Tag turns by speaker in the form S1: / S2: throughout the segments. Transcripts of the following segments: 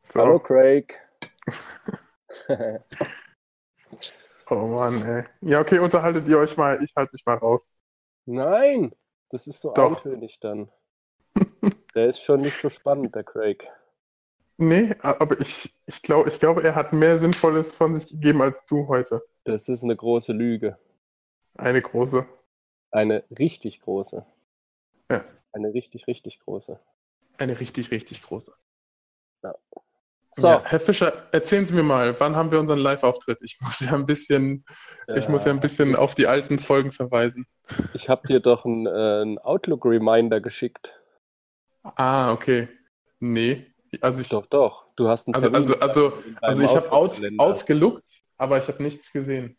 S1: So. Hallo Craig.
S2: oh Mann, ey. Ja, okay, unterhaltet ihr euch mal. Ich halte mich mal raus.
S1: Nein, das ist so
S2: Doch.
S1: eintönig dann. Der ist schon nicht so spannend, der Craig.
S2: Nee, aber ich, ich, glaub, ich glaube, er hat mehr Sinnvolles von sich gegeben als du heute.
S1: Das ist eine große Lüge.
S2: Eine große.
S1: Eine richtig große.
S2: Ja.
S1: Eine richtig, richtig große.
S2: Eine richtig, richtig große.
S1: So,
S2: Ja, Herr Fischer, erzählen Sie mir mal, wann haben wir unseren Live-Auftritt? Ich muss ja ein bisschen, ich muss ja ein bisschen auf die alten Folgen verweisen.
S1: äh, ich habe dir doch einen, äh, einen Outlook-Reminder geschickt.
S2: Ah, okay. Nee. Also ich,
S1: Doch, doch. Du hast einen
S2: also,
S1: Termin
S2: also, also,
S1: in deinem
S2: also ich habe out,
S1: Outlook-Kalender.
S2: out geluckt, aber ich habe nichts gesehen.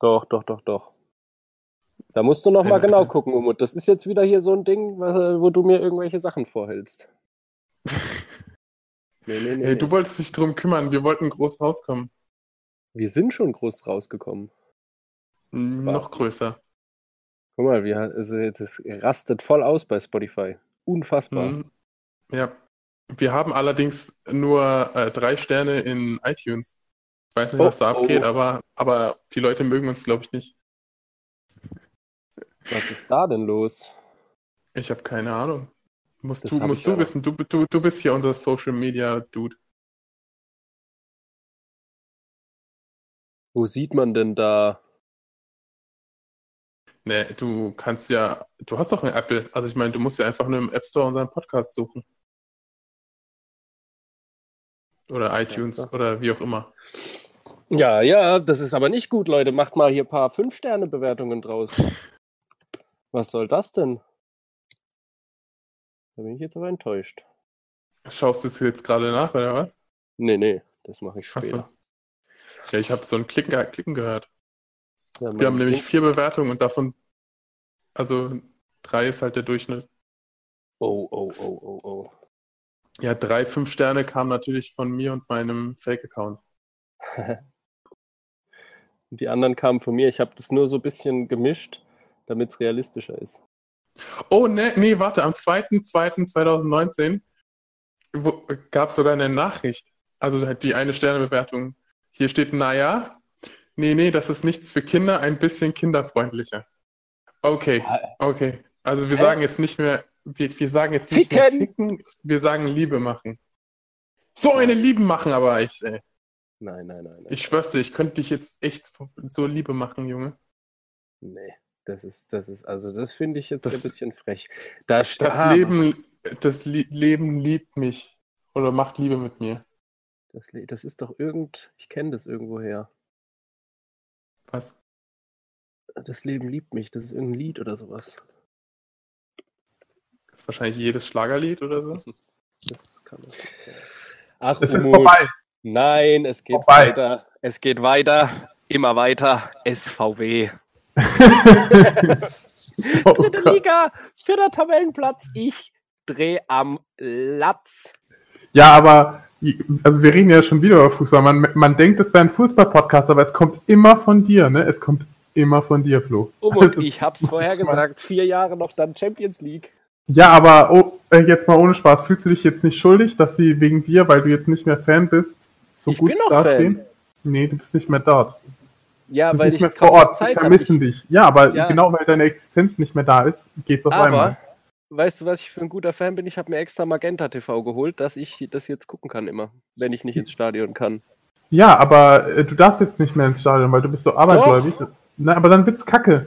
S1: Doch, doch, doch, doch. Da musst du noch mal
S2: Keine
S1: genau
S2: Ahnung.
S1: gucken, Umut. Das ist jetzt wieder hier so ein Ding, wa- wo du mir irgendwelche Sachen vorhältst. Nee, nee, nee,
S2: Hey,
S1: nee.
S2: du wolltest dich drum kümmern, wir wollten groß rauskommen.
S1: Wir sind schon groß rausgekommen.
S2: Hm,
S1: Was?
S2: Noch größer.
S1: Guck mal, wir, also das rastet voll aus bei Spotify. Unfassbar.
S2: Hm. Ja. Wir haben allerdings nur äh, drei Sterne in iTunes. Ich weiß nicht,
S1: Oh,
S2: was da
S1: oh.
S2: abgeht, aber, aber die Leute mögen uns, glaube ich, nicht.
S1: Was ist da denn los?
S2: Ich habe keine Ahnung. Musst
S1: Das
S2: du,
S1: hab ich
S2: musst du
S1: auch.
S2: wissen, du, du, du bist hier unser Social Media Dude.
S1: Wo sieht man denn da?
S2: Nee, du kannst ja, du hast doch ein Apple. Also ich meine, du musst ja einfach nur im App Store unseren Podcast suchen. Oder iTunes
S1: klar.
S2: oder wie auch immer.
S1: Ja, ja, das ist aber nicht gut, Leute. Macht mal hier ein paar Fünf-Sterne-Bewertungen draus. Was soll das denn? Da bin ich jetzt aber enttäuscht.
S2: Schaust du es jetzt gerade nach, oder was?
S1: Nee, nee, das mache ich
S2: Achso.
S1: später.
S2: Ja, ich habe so ein Klicken, Klicken gehört.
S1: Ja,
S2: Wir haben
S1: mein
S2: nämlich
S1: Ding-
S2: vier Bewertungen und davon, also drei ist halt der Durchschnitt.
S1: Oh, oh, oh, oh, oh.
S2: Ja, drei, fünf Sterne kamen natürlich von mir und meinem Fake-Account.
S1: Die anderen kamen von mir. Ich habe das nur so ein bisschen gemischt, damit es realistischer ist.
S2: Oh, ne, nee, warte, am 2.2.2019 gab es sogar eine Nachricht. Also halt die eine Sternebewertung. Hier steht, naja, nee, nee, das ist nichts für Kinder, ein bisschen kinderfreundlicher. Okay, okay. Also wir
S1: Hä?
S2: sagen jetzt nicht mehr, wir, wir sagen jetzt nicht
S1: Ficken!
S2: mehr ficken, wir sagen Liebe machen. So eine Liebe machen aber ich, ey.
S1: Nein, nein, nein. nein.
S2: Ich schwör's dir, ich könnte dich jetzt echt so Liebe machen, Junge.
S1: Nee, das ist, das ist, also das finde ich jetzt
S2: Das-
S1: ein bisschen frech. Da steht-
S2: Das
S1: Ah,
S2: Leben, das Lie- Leben liebt mich oder macht Liebe mit mir.
S1: Das, Le- das ist doch irgend, ich kenne das irgendwoher.
S2: Was?
S1: Das Leben liebt mich, das ist irgendein Lied oder sowas.
S2: Das ist wahrscheinlich jedes Schlagerlied oder so.
S1: Das kann das nicht sein. Ach,
S2: Es ist
S1: Umut.
S2: vorbei.
S1: Nein, es geht
S2: Vorbei.
S1: weiter. Es geht weiter. Immer weiter. SVW.
S2: Oh
S1: Dritte
S2: Gott.
S1: Liga. Vierter Tabellenplatz. Ich drehe am Latz.
S2: ja, aber also wir reden ja schon wieder über Fußball. Man, man denkt, es wäre ein Fußball-Podcast, aber es kommt immer von dir, ne? Es kommt immer von dir, Flo.
S1: Umut,
S2: Also,
S1: um ich hab's
S2: muss
S1: vorher
S2: ich mal-
S1: gesagt. Vier Jahre noch dann Champions League.
S2: Ja, aber oh, äh, jetzt mal ohne Spaß. Fühlst du dich jetzt nicht schuldig, dass sie wegen dir, weil du jetzt nicht mehr Fan bist, so
S1: Ich
S2: gut
S1: bin noch
S2: dastehen? Nee, du bist nicht mehr dort.
S1: Ja,
S2: Du bist
S1: weil
S2: nicht
S1: ich
S2: mehr
S1: kaum
S2: vor Ort. Sie
S1: Zeit hab.
S2: vermissen dich. Ja, aber
S1: Ja.
S2: genau weil deine Existenz nicht mehr da ist, geht's auf
S1: Aber-
S2: einmal.
S1: Weißt du, was ich für ein guter Fan bin? Ich habe mir extra Magenta TV geholt, dass ich das jetzt gucken kann immer, wenn ich nicht ins Stadion kann.
S2: Ja, aber äh, du darfst jetzt nicht mehr ins Stadion, weil du bist so abergläubig. Na, aber dann wird's kacke.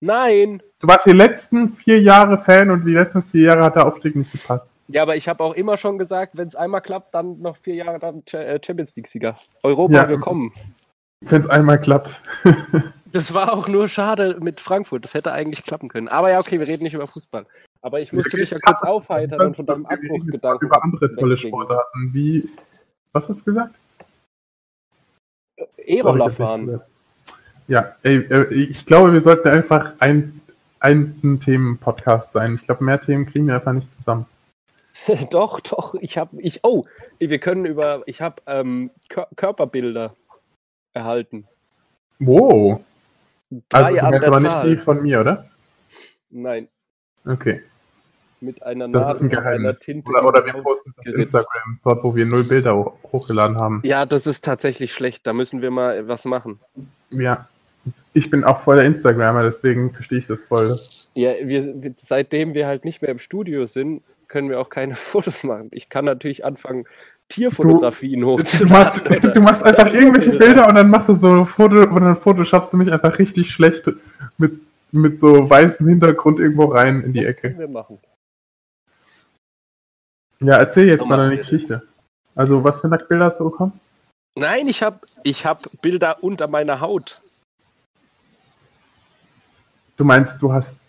S1: Nein!
S2: Du warst die letzten vier Jahre Fan und die letzten vier Jahre hat der Aufstieg nicht gepasst.
S1: Ja, aber ich habe auch immer schon gesagt, wenn es einmal klappt, dann noch vier Jahre dann Cha- äh, Champions League-Sieger. Europa
S2: Ja.
S1: willkommen.
S2: Wenn es einmal klappt.
S1: Das war auch nur schade mit Frankfurt. Das hätte eigentlich klappen können. Aber ja, okay, wir reden nicht über Fußball. Aber ich musste dich ja kurz aufheitern und von deinem
S2: Wir reden jetzt
S1: Abbruchsgedanken.
S2: Über andere tolle
S1: wegbringen.
S2: Sportarten, wie. Was hast du gesagt?
S1: E-Roller
S2: Sorry, dass ich
S1: fahren.
S2: das- Ja, ey, äh, ich glaube, wir sollten einfach ein, ein Themen-Podcast sein. Ich glaube, mehr Themen kriegen wir einfach nicht zusammen.
S1: doch, doch. Ich habe, ich, oh, wir können über, ich habe ähm, Kör Körperbilder erhalten.
S2: Wow.
S1: Drei
S2: also, du
S1: an
S2: meinst
S1: der
S2: aber
S1: Zahl.
S2: nicht die von mir, oder?
S1: Nein.
S2: Okay.
S1: mit einer
S2: Das ist ein
S1: und einer
S2: Geheimnis.
S1: Tinte.
S2: Oder, oder wir
S1: überall
S2: posten es auf
S1: geritzt.
S2: Instagram, dort wo wir null Bilder ho- hochgeladen haben.
S1: Ja, das ist tatsächlich schlecht. Da müssen wir mal was machen.
S2: Ja. Ich bin auch voller Instagramer, deswegen verstehe ich das voll.
S1: Ja, wir, wir, seitdem wir halt nicht mehr im Studio sind, können wir auch keine Fotos machen. Ich kann natürlich anfangen, Tierfotografien
S2: Du
S1: hochzuladen.
S2: machst, du
S1: Oder?
S2: machst einfach irgendwelche Bilder und dann machst du so ein Foto und dann photoshoppst du mich einfach richtig schlecht mit, mit so weißem Hintergrund irgendwo rein in die Ecke.
S1: Können wir machen.
S2: Ja, erzähl jetzt
S1: So
S2: mal
S1: machen
S2: deine
S1: wir das.
S2: Geschichte. Also, was für Nacktbilder hast du bekommen?
S1: Nein, ich habe ich hab Bilder unter meiner Haut.
S2: Du meinst, du hast.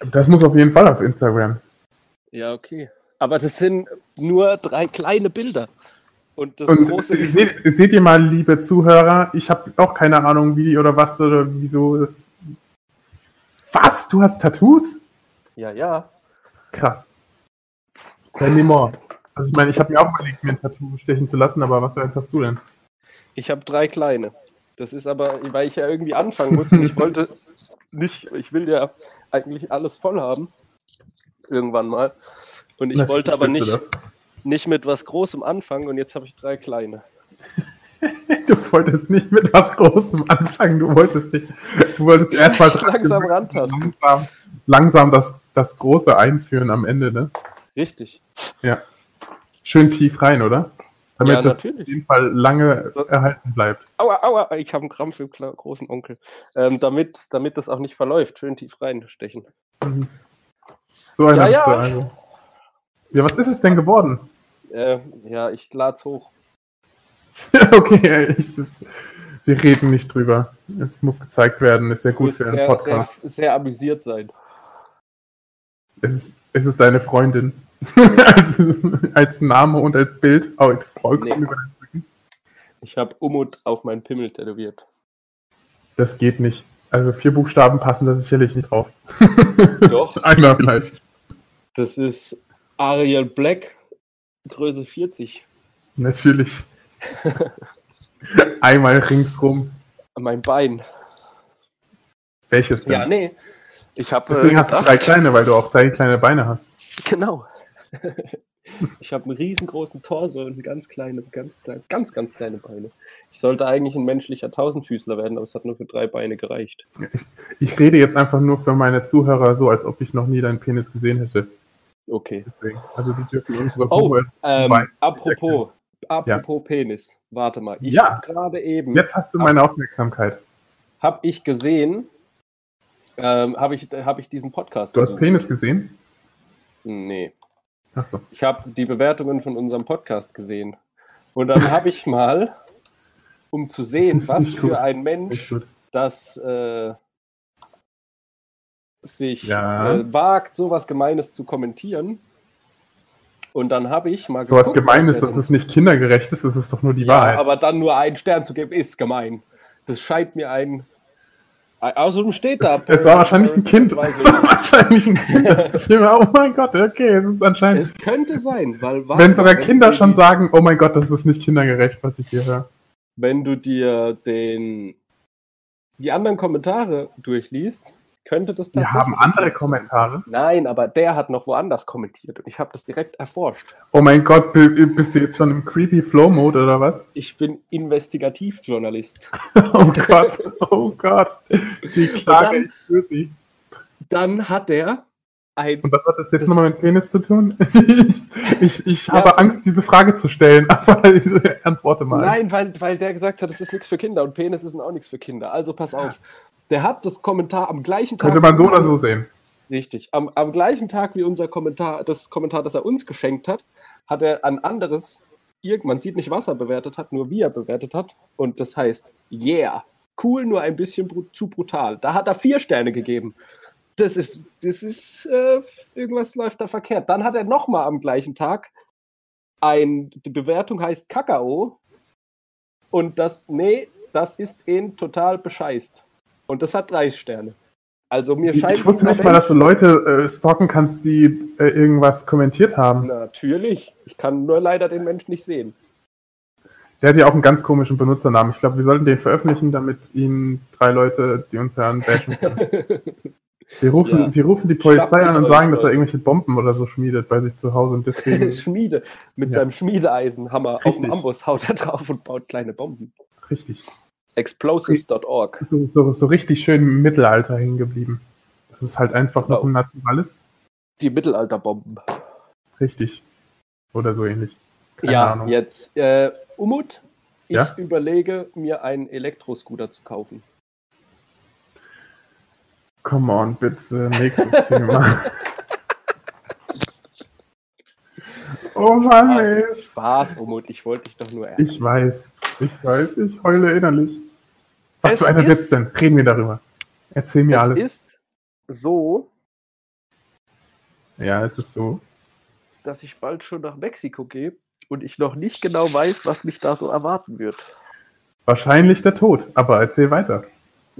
S2: Das muss auf jeden Fall auf Instagram.
S1: Ja, okay. Aber das sind nur drei kleine Bilder. Und das
S2: Und
S1: große
S2: seht, seht ihr mal, liebe Zuhörer, ich habe auch keine Ahnung, wie oder was oder wieso das. Was? Du hast Tattoos?
S1: Ja, ja.
S2: Krass. Tell me more. Also ich meine, ich habe mir auch überlegt, mir ein Tattoo stechen zu lassen, aber was für eins hast du denn?
S1: Ich habe drei kleine. Das ist aber, weil ich ja irgendwie anfangen muss. und ich wollte nicht, ich will ja eigentlich alles voll haben. Irgendwann mal. Und ich
S2: Natürlich
S1: wollte aber
S2: willst
S1: nicht,
S2: du
S1: nicht mit was Großem anfangen und jetzt habe ich drei kleine.
S2: Das. Du wolltest nicht mit was Großem anfangen, du wolltest dich, du wolltest erstmal
S1: Langsam rantasten.
S2: Langsam, langsam das, das Große einführen am Ende, ne?
S1: Richtig.
S2: Ja. Schön tief rein, oder? Damit
S1: Ja,
S2: das
S1: natürlich.
S2: auf jeden Fall lange erhalten bleibt.
S1: Aua, aua, ich habe einen Krampf im kla- großen Onkel. Ähm, damit, damit das auch nicht verläuft, schön tief reinstechen.
S2: So ein
S1: Ja, ja.
S2: ja, ja. Also. ja, was ist es denn geworden?
S1: Äh, ja, ich lade es hoch.
S2: okay, ich, das, wir reden nicht drüber. Es muss gezeigt werden, ist sehr gut
S1: Muss
S2: für einen
S1: sehr, sehr,
S2: Podcast.
S1: sehr amüsiert sein.
S2: Es ist, es ist deine Freundin. als, als Name und als Bild. Oh, vollkommen
S1: Nee.
S2: über-
S1: Ich habe Umut auf meinen Pimmel tätowiert.
S2: Das geht nicht. Also vier Buchstaben passen da sicherlich nicht drauf.
S1: Doch.
S2: Einer vielleicht.
S1: Das ist Ariel Black, Größe 40.
S2: Natürlich. Einmal ringsrum.
S1: Mein Bein.
S2: Welches denn?
S1: Ja, nee. äh, Ich habe.
S2: Deswegen hast du drei kleine, weil du auch drei kleine Beine hast.
S1: Genau. ich habe einen riesengroßen Torso und ganz kleine, ganz kleine, ganz, ganz kleine Beine. Ich sollte eigentlich ein menschlicher Tausendfüßler werden, aber es hat nur für drei Beine gereicht.
S2: Ich, ich rede jetzt einfach nur für meine Zuhörer so, als ob ich noch nie deinen Penis gesehen hätte.
S1: Okay.
S2: Deswegen. Also die dürfen unsere
S1: Oh,
S2: Ruhe.
S1: ähm,
S2: Bein.
S1: apropos, apropos Penis. Warte mal. Ich
S2: Ja.
S1: habe gerade eben
S2: Jetzt hast du meine Aufmerksamkeit.
S1: hab ich gesehen, ähm, habe ich, hab ich diesen Podcast
S2: Du hast
S1: gesehen.
S2: Penis gesehen?
S1: Nee.
S2: Achso.
S1: Ich habe die Bewertungen von unserem Podcast gesehen. Und dann habe ich mal, um zu sehen,
S2: Ist
S1: was
S2: nicht gut.
S1: für ein
S2: Nicht
S1: Mensch
S2: gut.
S1: das äh, sich
S2: Ja.
S1: äh, wagt, sowas Gemeines zu kommentieren. Und dann habe ich mal
S2: So Also was
S1: geguckt,
S2: Gemeines,
S1: der
S2: dass
S1: denn-
S2: es nicht kindergerecht ist, das ist doch nur die
S1: ja,
S2: Wahrheit.
S1: aber dann nur einen Stern zu geben, ist gemein. Das scheint mir ein. Außerdem steht da.
S2: es war wahrscheinlich ein Kind. Es war wahrscheinlich ein Kind. Das bestimmt, oh mein Gott, okay, es ist anscheinend.
S1: Es könnte sein, weil warte
S2: wenn
S1: mal,
S2: sogar Kinder
S1: du
S2: schon
S1: die-
S2: sagen, oh mein Gott, das ist nicht kindergerecht, was ich hier höre.
S1: Wenn du dir den die anderen Kommentare durchliest, könnte das
S2: Wir
S1: tatsächlich.
S2: haben andere
S1: sein.
S2: Kommentare.
S1: Nein, aber der hat noch woanders kommentiert und ich habe das direkt erforscht.
S2: Oh mein Gott, bi- bist du jetzt schon im Creepy Flow Mode oder was?
S1: Ich bin Investigativjournalist.
S2: Oh Gott, oh Gott. Die Klage,
S1: Verdammt.
S2: ich spür sie.
S1: Dann hat er ein.
S2: Und was hat das jetzt
S1: Das-
S2: nochmal mit Penis zu tun? Ich, ich, ich
S1: Ja.
S2: habe Angst, diese Frage zu stellen, aber antworte mal.
S1: Nein, weil, weil der gesagt hat, es ist nichts für Kinder und Penis ist auch nichts für Kinder. Also pass auf. Der hat das Kommentar am gleichen Tag.
S2: Könnte man so oder so sehen.
S1: Richtig. Am, am gleichen Tag wie unser Kommentar, das Kommentar, das er uns geschenkt hat, hat er ein anderes, irg- man sieht nicht, was er bewertet hat, nur wie er bewertet hat. Und das heißt, yeah, cool, nur ein bisschen bru zu brutal. Da hat er vier Sterne gegeben. Das ist, das ist, äh, irgendwas läuft da verkehrt. Dann hat er nochmal am gleichen Tag ein, die Bewertung heißt Kakao. Und das, nee, das ist ihn total bescheißt. Und das hat drei Sterne. Also mir
S2: Ich,
S1: scheint.
S2: ich wusste
S1: dieser
S2: nicht mal,
S1: Mensch-
S2: dass du Leute äh, stalken kannst, die äh, irgendwas kommentiert haben.
S1: Natürlich. Ich kann nur leider den Menschen nicht sehen.
S2: Der hat ja auch einen ganz komischen Benutzernamen. Ich glaube, wir sollten den veröffentlichen, damit ihn drei Leute, die uns hören, bashen können. Wir rufen,
S1: Ja.
S2: wir rufen die Polizei
S1: Schnappt
S2: an und
S1: sie
S2: sagen,
S1: euch,
S2: dass er
S1: Leute.
S2: irgendwelche Bomben oder so schmiedet bei sich zu Hause und deswegen.
S1: Schmiede. Mit
S2: Ja.
S1: seinem Schmiedeeisenhammer auf
S2: Richtig.
S1: dem Amboss haut er drauf und baut kleine Bomben.
S2: richtig.
S1: Explosives.org.
S2: So, so, so richtig schön im Mittelalter hängen geblieben. Das ist halt einfach noch
S1: Genau.
S2: ein naturales.
S1: Die Mittelalterbomben.
S2: Richtig. Oder so ähnlich. Keine
S1: Ja,
S2: Ahnung.
S1: jetzt. Äh, Umut, ich
S2: Ja?
S1: überlege, mir einen Elektroscooter zu kaufen.
S2: Come on, bitte. Nächstes Thema. oh Mann,
S1: Ah,
S2: ey.
S1: Spaß, Umut, ich wollte dich doch nur ärgern.
S2: Ich weiß. Ich weiß. Ich heule innerlich. Was
S1: Es
S2: für einer
S1: ist-
S2: Witz denn? Reden wir darüber. Erzähl mir
S1: es
S2: alles.
S1: ist so,
S2: Ja, es ist so.
S1: dass ich bald schon nach Mexiko gehe und ich noch nicht genau weiß, was mich da so erwarten wird.
S2: Wahrscheinlich der Tod, aber erzähl weiter.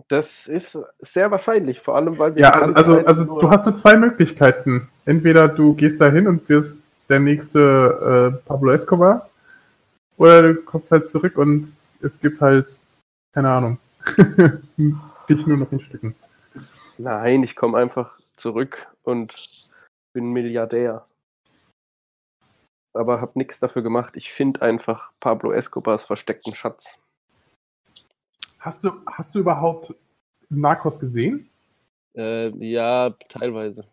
S1: Das ist sehr wahrscheinlich, vor allem, weil wir.
S2: Ja,
S1: die
S2: also,
S1: ganze
S2: also,
S1: Zeit
S2: also
S1: nur-
S2: du hast nur zwei Möglichkeiten. Entweder du gehst da hin und wirst der nächste äh, Pablo Escobar, oder du kommst halt zurück und es gibt halt, keine Ahnung, dich nur noch in Stücken.
S1: Nein, ich komme einfach zurück und bin Milliardär. Aber habe nichts dafür gemacht. Ich finde einfach Pablo Escobars versteckten Schatz.
S2: Hast du, hast du überhaupt Narcos gesehen?
S1: Äh, ja, teilweise.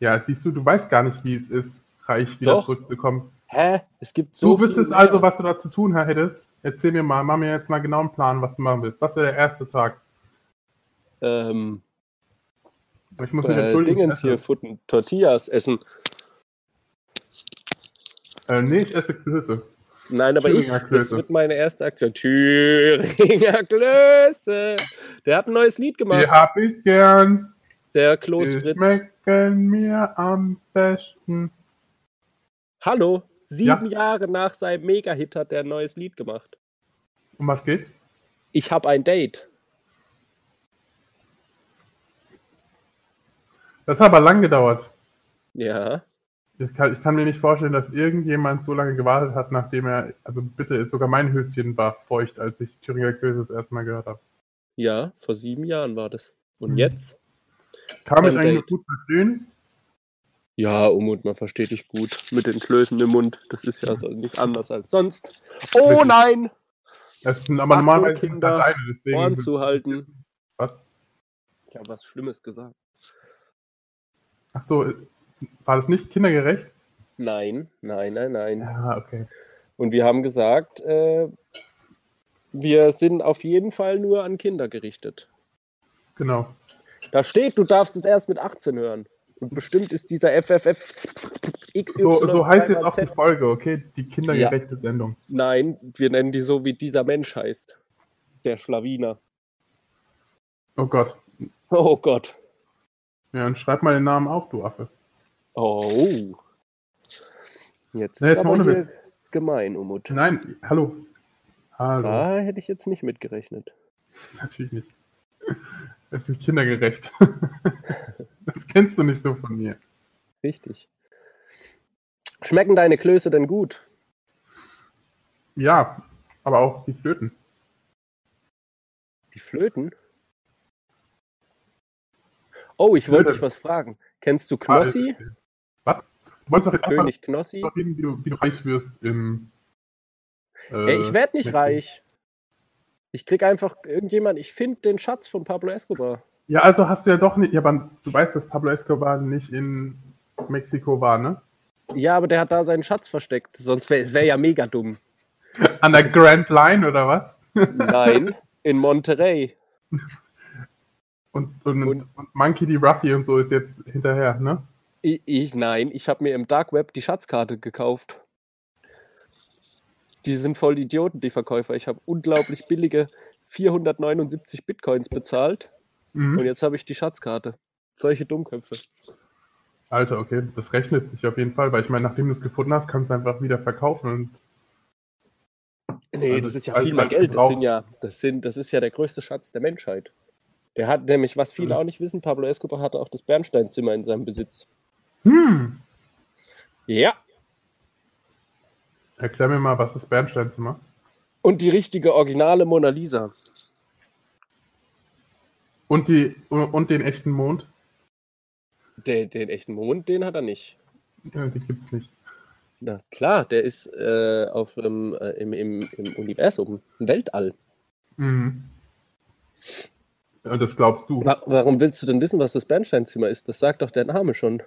S2: Ja, siehst du, du weißt gar nicht, wie es ist, reich wieder
S1: Doch.
S2: zurückzukommen.
S1: Hä? Es gibt so.
S2: Du wüsstest
S1: viel-
S2: also, was du da zu tun hättest. Erzähl mir mal, mach mir jetzt mal genau einen Plan, was du machen willst. Was wäre der erste Tag?
S1: Ähm,
S2: Ich muss mich
S1: äh,
S2: entschuldigen.
S1: Dingens
S2: Esse.
S1: hier, Futten, Tortillas essen.
S2: Äh, nee, ich esse Klöße.
S1: Nein, aber ich,
S2: Thüringer
S1: das
S2: Klöße.
S1: wird meine erste Aktion. Thüringer Klöße. Der hat ein neues Lied
S2: Die
S1: gemacht.
S2: hab ich gern.
S1: Der Kloß
S2: Die
S1: Fritz.
S2: schmecken mir am besten.
S1: Hallo. Sieben Jahre nach seinem Mega-Hit hat der ein neues Lied gemacht.
S2: Um was geht's?
S1: Ich habe ein Date.
S2: Das hat aber lang gedauert.
S1: Ja.
S2: Ich kann, ich kann mir nicht vorstellen, dass irgendjemand so lange gewartet hat, nachdem er, also bitte, sogar mein Höschen war feucht, als ich Thüringer Klöße das erste Mal gehört habe.
S1: Ja, vor sieben Jahren war das. Und
S2: Mhm.
S1: jetzt?
S2: Kann mich
S1: Ein
S2: eigentlich
S1: Date.
S2: gut verstehen.
S1: Ja, Umut, man versteht dich gut. Mit den Klößen im Mund. Das ist ja so nicht anders als sonst. Oh
S2: Wirklich.
S1: nein!
S2: Das ist aber
S1: Achtung,
S2: normalerweise ist das
S1: Kinder,
S2: alleine, deswegen.
S1: Ohren zu halten.
S2: Was?
S1: Ich habe was Schlimmes gesagt.
S2: Ach so, war das nicht kindergerecht?
S1: Nein, nein, nein, nein.
S2: Ja, okay.
S1: Und wir haben gesagt, äh, wir sind auf jeden Fall nur an Kinder gerichtet.
S2: Genau.
S1: Da steht, du darfst es erst mit 18 hören. Und bestimmt ist dieser FFF XY.
S2: So, so heißt jetzt auch die
S1: Z-
S2: Folge, okay? Die kindergerechte Sendung.
S1: Nein, wir nennen die so, wie dieser Mensch heißt. Der Schlawiner.
S2: Oh Gott.
S1: Oh Gott.
S2: Ja, dann schreib mal den Namen auf, du Affe.
S1: Oh. Jetzt
S2: Na,
S1: ist
S2: jetzt mal
S1: aber
S2: ohne
S1: hier gemein, Umut.
S2: Nein, hallo. Hallo.
S1: Da hätte ich jetzt nicht mitgerechnet.
S2: Natürlich nicht. Das ist nicht kindergerecht. Das kennst du nicht so von mir.
S1: Richtig. Schmecken deine Klöße denn gut?
S2: Ja, aber auch die Flöten.
S1: Die Flöten? Oh, ich wollte
S2: Flöte.
S1: dich was fragen. Kennst du Knossi?
S2: Was? Du wolltest doch jetzt erstmal
S1: König Knossi?
S2: darüber reden, wie du, wie du reich wirst im. äh,
S1: Ey, ich werde nicht
S2: Mexiko.
S1: reich. Ich krieg einfach irgendjemand, ich finde den Schatz von Pablo Escobar.
S2: Ja, also hast du ja doch nicht. Ja, aber du weißt, dass Pablo Escobar nicht in Mexiko war, ne?
S1: Ja, aber der hat da seinen Schatz versteckt. Sonst wäre es wär ja mega dumm.
S2: An der Grand Line oder was?
S1: Nein, in Monterrey.
S2: Und, und,
S1: Und-
S2: und, Monkey D. Ruffy und so ist jetzt hinterher, ne?
S1: Ich, ich, nein, ich habe mir im Dark Web die Schatzkarte gekauft. Die sind voll Idioten, die Verkäufer. Ich habe unglaublich billige 479 Bitcoins bezahlt und
S2: Mhm.
S1: jetzt habe ich die Schatzkarte. Solche Dummköpfe.
S2: Alter, okay, das rechnet sich auf jeden Fall, weil ich meine, nachdem du es gefunden hast, kannst du einfach wieder verkaufen und
S1: Nee,
S2: Also,
S1: das ist ja
S2: also
S1: viel
S2: man
S1: mehr Geld. Das
S2: braucht-
S1: sind ja, das sind, das ist ja der größte Schatz der Menschheit. Der hat nämlich, was viele
S2: Mhm.
S1: auch nicht wissen, Pablo Escobar hatte auch das Bernsteinzimmer in seinem Besitz.
S2: Hm.
S1: Ja,
S2: Erklär mir mal, was ist Bernsteinzimmer?
S1: und die richtige originale Mona Lisa.
S2: Und, die, und den echten Mond?
S1: Den, den echten Mond, den hat er nicht.
S2: Ja, die gibt's nicht.
S1: Na klar, der ist äh, auf, ähm, äh, im, im, im Universum, im Weltall.
S2: Mhm. Ja, das glaubst du.
S1: Wa warum willst du denn wissen, was das Bernsteinzimmer ist? Das sagt doch der Name schon.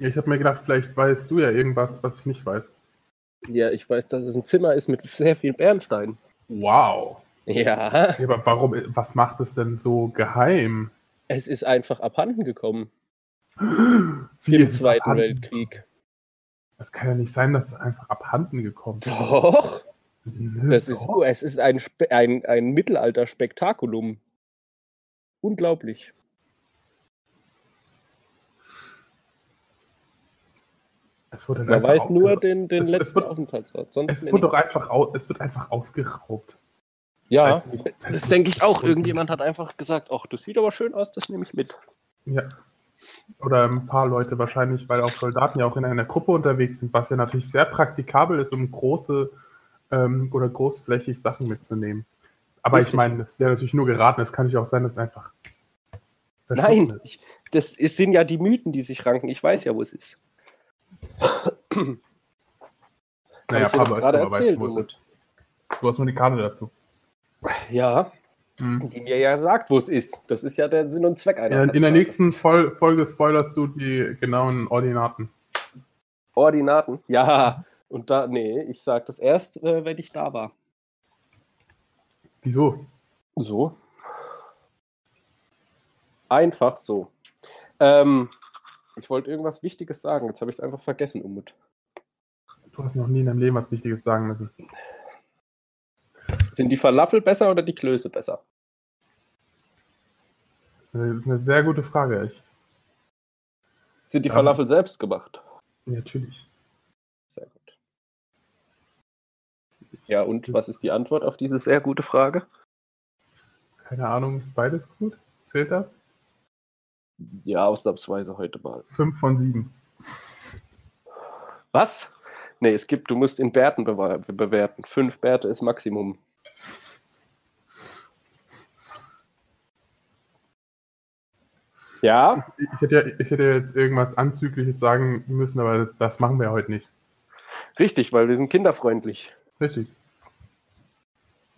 S2: Ja, ich habe mir gedacht, vielleicht weißt du ja irgendwas, was ich nicht weiß.
S1: Ja, ich weiß, dass es ein Zimmer ist mit sehr viel Bernstein.
S2: Wow.
S1: Ja,
S2: Ja, aber warum, was macht es denn so geheim?
S1: es ist einfach abhanden gekommen
S2: Wie
S1: im
S2: ist es
S1: Zweiten
S2: abhanden?
S1: Weltkrieg.
S2: Das kann ja nicht sein, dass es einfach abhanden gekommen ist.
S1: Doch,
S2: Nö,
S1: das ist,
S2: doch.
S1: oh, es ist ein, Spe ein, ein Mittelalter-Spektakulum. Unglaublich.
S2: Es wurde
S1: Man
S2: einfach
S1: weiß nur
S2: ausgeraubt.
S1: den, den
S2: Es- es
S1: letzten
S2: wird-
S1: Aufenthaltsort. Sonst
S2: Es wurde
S1: nicht.
S2: doch einfach, au es wird einfach ausgeraubt.
S1: ja,
S2: weiß nicht.
S1: das denke ich auch. Irgendjemand hat einfach gesagt, ach, das sieht aber schön aus, das nehme ich mit.
S2: Ja. Oder ein paar Leute wahrscheinlich, weil auch Soldaten ja auch in einer Gruppe unterwegs sind, was ja natürlich sehr praktikabel ist, um große ähm, oder großflächig Sachen mitzunehmen. Aber ich
S1: Richtig.
S2: meine, das ist ja natürlich nur geraten. Es kann natürlich auch sein, dass es einfach. verschwunden
S1: Nein,
S2: ist.
S1: ich, das ist, sind ja die Mythen, die sich ranken. Ich weiß ja, wo es ist.
S2: Naja,
S1: ich dir doch
S2: Pablo ist
S1: gerade
S2: aber weiß,
S1: erzählt,
S2: wo es
S1: Umut.
S2: ist. Du hast nur die Karte dazu.
S1: Ja,
S2: Mhm.
S1: die mir ja sagt, wo es ist. Das ist ja der Sinn und Zweck einer.
S2: In, in der
S1: Karte.
S2: nächsten Fol Folge spoilerst du die genauen Ordinaten.
S1: Ordinaten. Ja. Und da, nee, ich sag das erst, äh, wenn ich da war.
S2: Wieso?
S1: So. Einfach so. Ähm, ich wollte irgendwas Wichtiges sagen. Jetzt habe ich es einfach vergessen, Umut.
S2: Du hast noch nie in deinem Leben was Wichtiges sagen müssen.
S1: Sind die Falafel besser oder die Klöße besser?
S2: Das ist eine, das ist eine sehr gute Frage, echt.
S1: Sind die
S2: Ja.
S1: Falafel selbst gemacht?
S2: Ja, natürlich.
S1: Sehr gut. Ja, und was ist die Antwort auf diese sehr gute Frage?
S2: Keine Ahnung, ist beides gut? Zählt das?
S1: Ja, ausnahmsweise heute mal.
S2: Fünf von sieben.
S1: Was? Nee, es gibt, du musst in Bärten bewer bewerten. Fünf Bärte ist Maximum. Ja,
S2: Ich hätte, ja, ich hätte jetzt irgendwas Anzügliches sagen müssen, aber das machen wir heute nicht.
S1: richtig, weil wir sind kinderfreundlich.
S2: Richtig.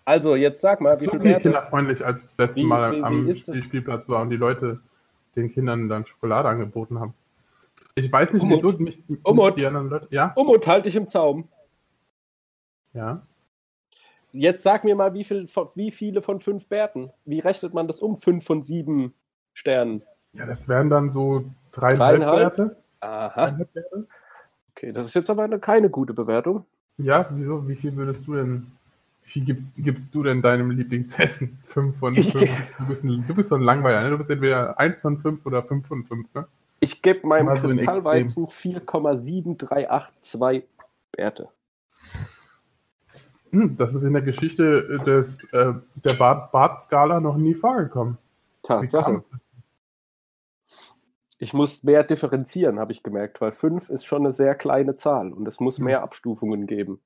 S1: Also, jetzt sag mal, wie
S2: Zu
S1: viele
S2: viel
S1: Bärte?
S2: kinderfreundlich, als das letzte
S1: Wie-
S2: Mal
S1: wie- wie
S2: am
S1: ist das?
S2: Spielplatz war und die Leute den Kindern dann Schokolade angeboten haben. Ich weiß nicht,
S1: Umut.
S2: wieso nicht, nicht
S1: Umut.
S2: die anderen Leute. Ja,
S1: Umut, halt dich im Zaum.
S2: ja.
S1: Jetzt sag mir mal, wie, viel, von- wie viele von fünf Bärten? Wie rechnet man das um? Fünf von sieben Sternen.
S2: Ja, das wären dann so dreieinhalb
S1: Dreieinhalb?
S2: Werte.
S1: Aha.
S2: Dreieinhalb Werte.
S1: Okay, das ist jetzt aber eine, keine gute Bewertung.
S2: Ja, wieso? Wie viel würdest du denn, wie viel gibst, gibst du denn deinem Lieblingsessen? Fünf von
S1: Ich-
S2: fünf. Du bist, ein, du bist so ein Langweiler, ne? Du bist entweder eins von fünf oder fünf von fünf, ne?
S1: Ich gebe meinem
S2: Mal so in
S1: Kristallweizen 4,7382 Bärte.
S2: Hm, das ist in der Geschichte des, äh, der Bart- Bart-Skala noch nie vorgekommen. Wie
S1: Tatsache.
S2: kam-
S1: Ich muss mehr differenzieren, habe ich gemerkt, weil 5 ist schon eine sehr kleine Zahl und es muss
S2: Hm.
S1: mehr Abstufungen geben.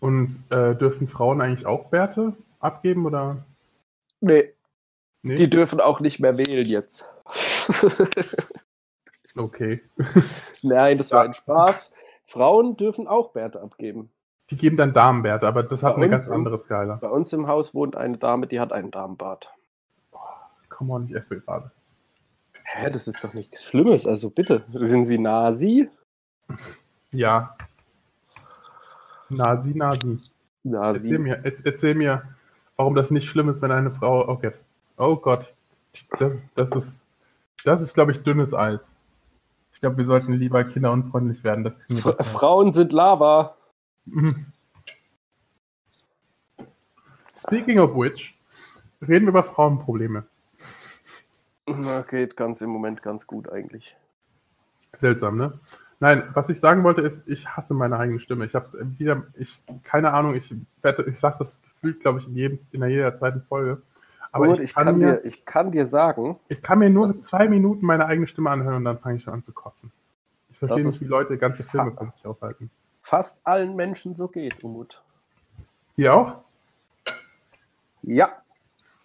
S2: Und äh, dürfen Frauen eigentlich auch Werte abgeben oder?
S1: Nee,
S2: Nee?
S1: die dürfen auch nicht mehr wählen jetzt.
S2: okay.
S1: Nein, das war ein Spaß. Frauen dürfen auch Bärte abgeben.
S2: Die geben dann Damenwerte, aber das hat
S1: Bei
S2: eine
S1: uns
S2: ganz
S1: im-
S2: andere Skala.
S1: Bei uns im Haus wohnt eine Dame, die hat einen Damenbart.
S2: Komm on, ich esse gerade.
S1: Hä, das ist doch nichts Schlimmes, also bitte. Sind Sie Nasi?
S2: Ja. Nasi, Nasi. Erzähl
S1: Nasi.
S2: mir, erz- erzähl mir, warum das nicht schlimm ist, wenn eine Frau. Okay. Oh Gott. Das, das ist, das ist glaube ich, dünnes Eis. Ich glaube, wir sollten lieber kinderunfreundlich werden. Das kriegen wir
S1: Fra-
S2: besser.
S1: Frauen sind Lava.
S2: Mhm. Speaking of which, reden wir über Frauenprobleme.
S1: Na, geht ganz im Moment ganz gut eigentlich.
S2: Seltsam, ne? Nein, was ich sagen wollte ist, ich hasse meine eigene Stimme. Ich habe es wieder, ich keine Ahnung, ich werde, ich sage das gefühlt, glaube ich, in, jedem, in jeder zweiten Folge. Aber
S1: Gut,
S2: ich, kann mir,
S1: dir, ich kann dir sagen,
S2: ich kann mir nur
S1: das-
S2: zwei Minuten meine eigene Stimme anhören und dann fange ich schon an zu kotzen. Ich verstehe
S1: Das
S2: nicht,
S1: ist-
S2: wie Leute ganze Filme
S1: Fuck.
S2: von sich aushalten.
S1: fast allen Menschen so geht, Umut.
S2: Hier auch?
S1: Ja.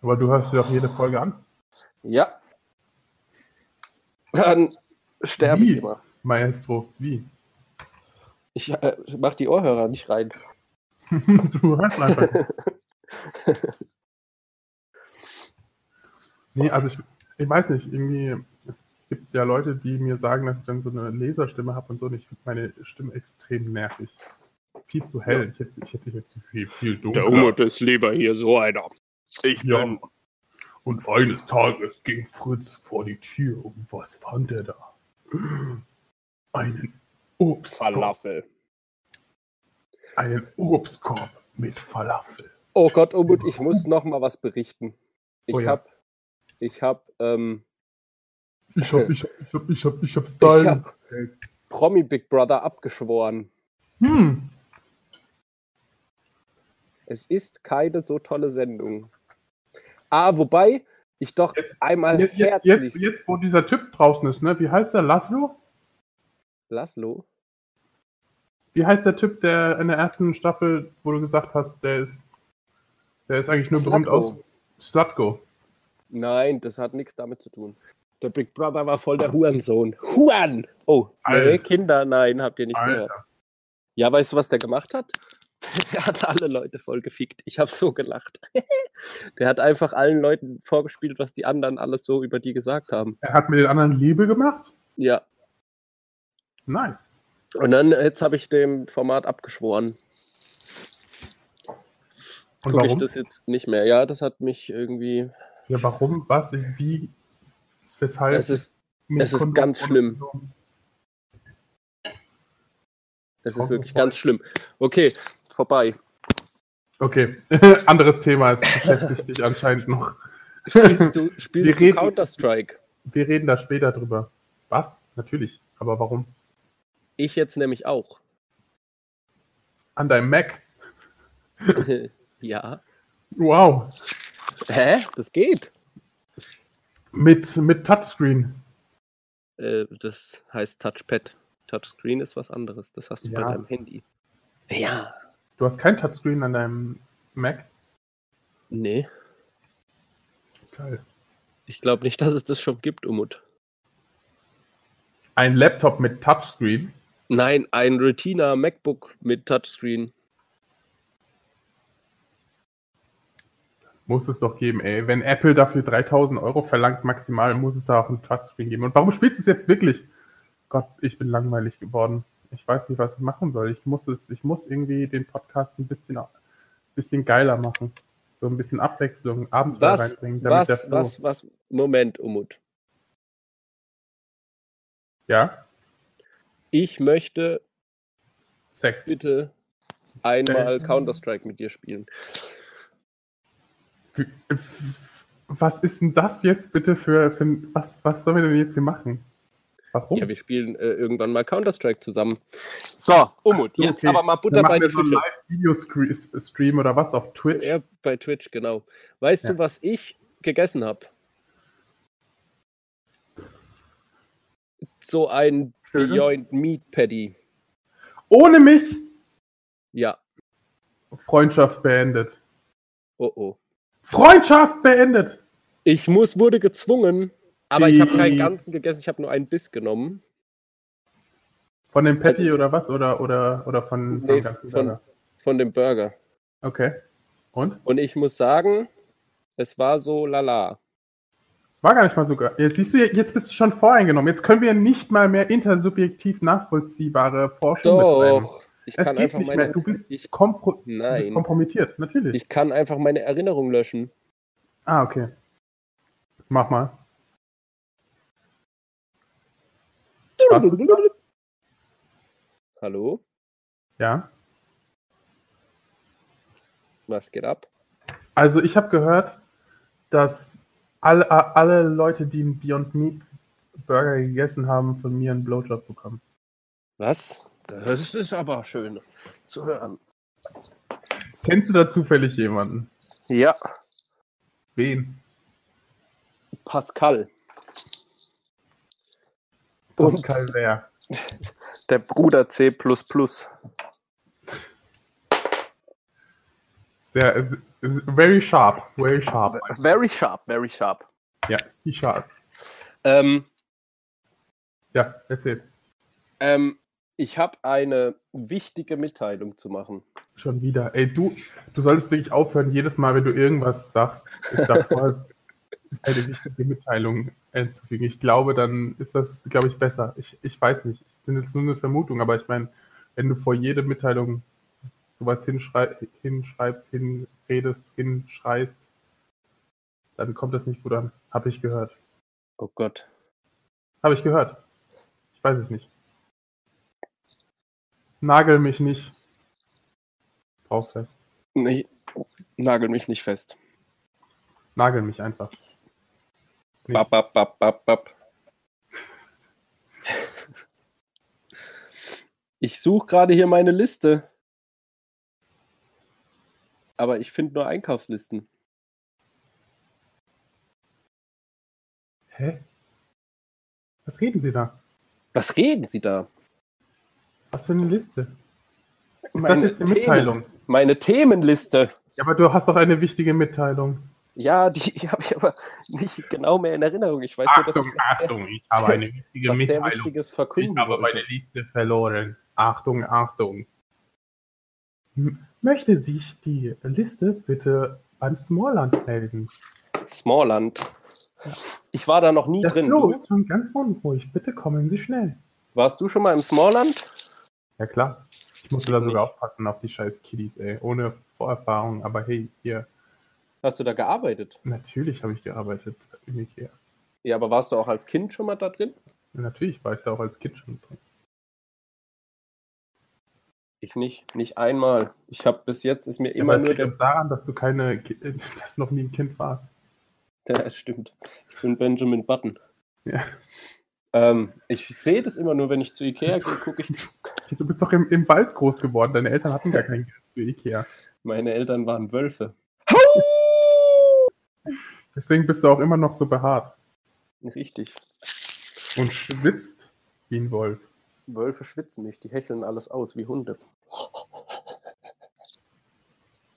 S2: Aber du hörst dir doch jede Folge an.
S1: Ja. Dann sterbe ich
S2: Wie?
S1: immer.
S2: Maestro, wie?
S1: Ich äh, mach die Ohrhörer nicht rein.
S2: du hörst einfach. nicht. nee, also ich, ich weiß nicht, irgendwie, es gibt ja Leute, die mir sagen, dass ich dann so eine Laserstimme habe und so, und ich finde meine Stimme extrem nervig. Viel zu hell. Ich hätte, ich hätte jetzt viel, viel dunkler.
S1: ist lieber hier so einer. Ich
S2: Ja. Und eines Tages ging Fritz vor die Tür und was fand er da? Einen Obstkorb, einen Obstkorb mit Falafel.
S1: Oh Gott, Umut, ich muss noch mal was berichten. Ich
S2: Oh ja.
S1: hab, ich hab, ähm,
S2: Ich hab, ich hab, ich hab, ich hab, ich hab
S1: ich
S2: Style.
S1: hab Promi Big Brother abgeschworen.
S2: Hm.
S1: Es ist keine so tolle Sendung. Ah, wobei ich doch
S2: Jetzt-
S1: einmal
S2: Jetzt, jetzt, jetzt,
S1: herzlichst
S2: jetzt, wo dieser Typ draußen ist, ne? Wie heißt der? Laszlo?
S1: Laszlo.
S2: Wie heißt der Typ, der in der ersten Staffel, wo du gesagt hast, der ist, der ist eigentlich nur berühmt aus
S1: Slatko.
S2: Slutko.
S1: Nein, das hat nichts damit zu tun. Der Big Brother war voll der Hurensohn. Huan! Oh, nee,
S2: Alter.
S1: Kinder, nein, habt ihr nicht gehört.
S2: Alter.
S1: Ja, weißt du, was der gemacht hat? Der hat alle Leute voll gefickt. Ich habe so gelacht. Der hat einfach allen Leuten vorgespielt, was die anderen alles so über die gesagt haben.
S2: Er hat mit den anderen Liebe gemacht?
S1: Ja.
S2: Nice.
S1: Und dann, jetzt habe ich dem Format abgeschworen.
S2: Und
S1: Gucke ich
S2: warum?
S1: das jetzt nicht mehr. Ja, das hat mich irgendwie.
S2: Ja, warum, was, wie, weshalb?
S1: Es ist,
S2: mit
S1: es ist
S2: Kondom
S1: ganz
S2: oder
S1: schlimm.
S2: so?
S1: es ist
S2: Komm,
S1: wirklich
S2: vorbei.
S1: ganz schlimm. Okay, vorbei.
S2: Okay, anderes Thema, es beschäftigt dich anscheinend noch.
S1: Spielst du, spielst du
S2: reden-
S1: Counter-Strike?
S2: Wir reden da später drüber. Was? Natürlich. Aber warum?
S1: Ich jetzt nämlich auch.
S2: An deinem Mac.
S1: ja.
S2: Wow.
S1: Hä? Das geht.
S2: Mit, mit Touchscreen.
S1: Äh, das heißt Touchpad. Touchscreen ist was anderes. Das hast du
S2: Ja.
S1: bei deinem Handy. Ja.
S2: Du hast kein Touchscreen an deinem Mac.
S1: Nee.
S2: Geil.
S1: ne. Ich glaube nicht, dass es das schon gibt, Umut.
S2: Ein Laptop mit Touchscreen.
S1: Nein, ein Retina MacBook mit Touchscreen.
S2: Das muss es doch geben, ey. Wenn Apple dafür 3000 Euro verlangt, maximal, muss es da auch ein Touchscreen geben. Und warum spielst du es jetzt wirklich? Gott, ich bin langweilig geworden. Ich weiß nicht, was ich machen soll. Ich muss es, ich muss irgendwie den Podcast ein bisschen, bisschen geiler machen. So ein bisschen Abwechslung, Abenteuer
S1: Was?
S2: reinbringen, damit der
S1: Was,
S2: Flo.
S1: was, was? Moment, Umut.
S2: Ja?
S1: Ich möchte
S2: Sex.
S1: bitte einmal
S2: Äh.
S1: Counter-Strike mit dir spielen.
S2: Wie- Was ist denn das jetzt bitte für, für ein- was, was sollen wir denn jetzt hier machen? Warum?
S1: Ja, wir spielen äh, irgendwann mal Counter-Strike zusammen. So, Umut,
S2: Ach so,
S1: jetzt
S2: okay.
S1: aber mal Butter
S2: Dann
S1: bei die
S2: machen wir so einen
S1: Fische.
S2: Live-Video-Stream oder was auf Twitch.
S1: Ja, bei Twitch, genau. Weißt
S2: Ja.
S1: du, was ich gegessen habe? So ein
S2: Schöne.
S1: Beyond Meat Patty.
S2: Ohne mich!
S1: Ja,
S2: Freundschaft beendet.
S1: oh oh.
S2: Freundschaft beendet!
S1: Ich muss, wurde gezwungen, aber ich habe keinen
S2: Ih.
S1: ganzen gegessen, ich habe nur einen Biss genommen.
S2: Von dem Patty oder was? Oder, oder, oder von,
S1: Nee,
S2: vom ganzen
S1: von-
S2: Burger?
S1: Von dem Burger.
S2: Okay. Und?
S1: Und ich muss sagen, es war so lala.
S2: War gar nicht mal sogar. Jetzt siehst du, jetzt bist du schon voreingenommen. Jetzt können wir nicht mal mehr intersubjektiv nachvollziehbare Forschung betreiben.
S1: Doch. Ich
S2: Es
S1: kann
S2: geht
S1: einfach
S2: nicht
S1: meine.
S2: mehr. Du bist,
S1: ich,
S2: kompro du bist
S1: nein.
S2: kompromittiert, natürlich.
S1: Ich kann einfach meine Erinnerung löschen.
S2: Ah, okay. Mach mal. Was?
S1: Hallo?
S2: Ja.
S1: Was geht ab?
S2: Also ich habe gehört, dass alle, alle Leute, die einen Beyond Meat Burger gegessen haben, von mir einen Blowjob bekommen.
S1: Was? Das ist aber schön zu hören.
S2: Kennst du da zufällig jemanden?
S1: Ja,
S2: Wen?
S1: Pascal. Und
S2: Pascal wer?
S1: der Bruder C.
S2: Sehr, s- s- very sharp, very sharp.
S1: Very sharp, very sharp.
S2: Ja, C-Sharp.
S1: Ähm,
S2: Ja, erzähl.
S1: ähm, ich habe eine wichtige Mitteilung zu machen.
S2: Schon wieder. Ey, du, du solltest wirklich aufhören, jedes Mal, wenn du irgendwas sagst, ist davor eine wichtige Mitteilung einzufügen. Ich glaube, dann ist das, glaube ich, besser. Ich, ich weiß nicht. Es sind jetzt nur eine Vermutung, aber ich meine, wenn du vor jede Mitteilung sowas hinschrei hinschreibst, hinredest, hinschreist, dann kommt das nicht gut an. Habe ich gehört.
S1: Oh Gott.
S2: Habe ich gehört. Ich weiß es nicht. Nagel mich nicht. Drauf fest.
S1: Nee, nagel mich nicht fest.
S2: Nagel mich einfach. Nicht.
S1: Bap, bap, bap, bap, bap. Ich suche gerade hier meine Liste. Aber ich finde nur Einkaufslisten.
S2: Hä? Was reden Sie da?
S1: Was reden Sie da?
S2: Was für eine Liste? Ist
S1: Meine
S2: das jetzt eine
S1: Themen.
S2: Mitteilung?
S1: Meine Themenliste.
S2: Ja, aber du hast doch eine wichtige Mitteilung.
S1: Ja, die habe ich aber nicht genau mehr in Erinnerung. Ich weiß nur, dass ich was,
S2: ich
S1: habe eine
S2: wichtige
S1: was sehr Wichtiges verkünden wollte.
S2: Liste verloren. Achtung, Achtung. M möchte sich die Liste bitte beim Smallland melden?
S1: Smallland. Ich war da noch nie
S2: Das
S1: drin.
S2: Flo
S1: Du,
S2: ist schon ganz unruhig. Bitte kommen Sie schnell.
S1: warst du schon mal im Smallland?
S2: Ja, klar. Ich musste da
S1: Nicht.
S2: sogar aufpassen auf die scheiß Kiddies, ey. Ohne Vorerfahrung. Aber hey, hier,
S1: Hast du da gearbeitet?
S2: natürlich habe ich gearbeitet in Ikea.
S1: Ja, aber warst du auch als Kind schon mal da drin?
S2: Natürlich war ich da auch als Kind schon drin.
S1: Ich nicht, nicht einmal. Ich habe bis jetzt ist mir
S2: aber
S1: immer
S2: es
S1: nur
S2: liegt
S1: der,
S2: doch daran, dass du keine, Ki- äh, dass du noch nie ein Kind warst.
S1: der stimmt. Ich bin Benjamin Button.
S2: Ja.
S1: Ähm, ich sehe das immer nur, wenn ich zu Ikea gehe, gucke ich.
S2: Du bist doch im, im Wald groß geworden. Deine Eltern hatten gar kein Geld für Ikea.
S1: Meine Eltern waren Wölfe.
S2: Deswegen bist du auch immer noch so behaart
S1: Richtig.
S2: und schwitzt wie ein Wolf.
S1: Wölfe schwitzen nicht, die hecheln alles aus wie Hunde.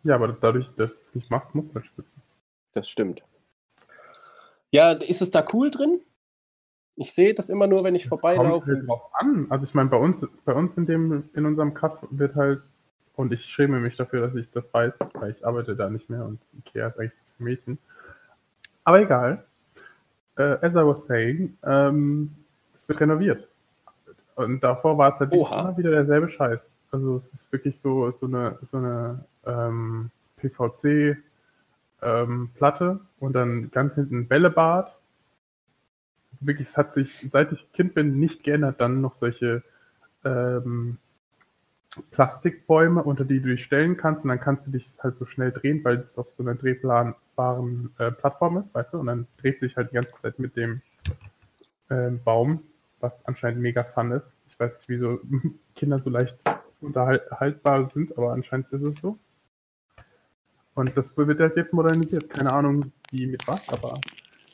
S2: Ja, aber dadurch, dass du es nicht machst, musst du halt schwitzen.
S1: Das stimmt. Ja, ist es da cool drin? Ich sehe das immer nur, wenn ich
S2: Das kommt halt
S1: vorbeilaufe.
S2: drauf an. Also ich meine, bei uns, bei uns in dem, in unserem Kaff wird halt, und ich schäme mich dafür, dass ich das weiß, weil ich arbeite da nicht mehr und Ikea ist eigentlich für Mädchen. Aber egal. Äh, as I was saying, ähm, es wird renoviert. Und davor war es halt
S1: Oha.
S2: immer wieder derselbe Scheiß. Also es ist wirklich so, so eine, so eine ähm, PVC ähm, Platte und dann ganz hinten ein Bällebad. Also wirklich, es hat sich, seit ich Kind bin, nicht geändert. Dann noch solche ähm, Plastikbäume, unter die du dich stellen kannst und dann kannst du dich halt so schnell drehen, weil es auf so einer drehbaren äh, Plattform ist, weißt du? Und dann dreht sich halt die ganze Zeit mit dem ähm, Baum, was anscheinend mega fun ist. Ich weiß nicht, wieso Kinder so leicht unterhaltbar sind, aber anscheinend ist es so. Und das wird halt jetzt modernisiert. Keine Ahnung, wie mit was, aber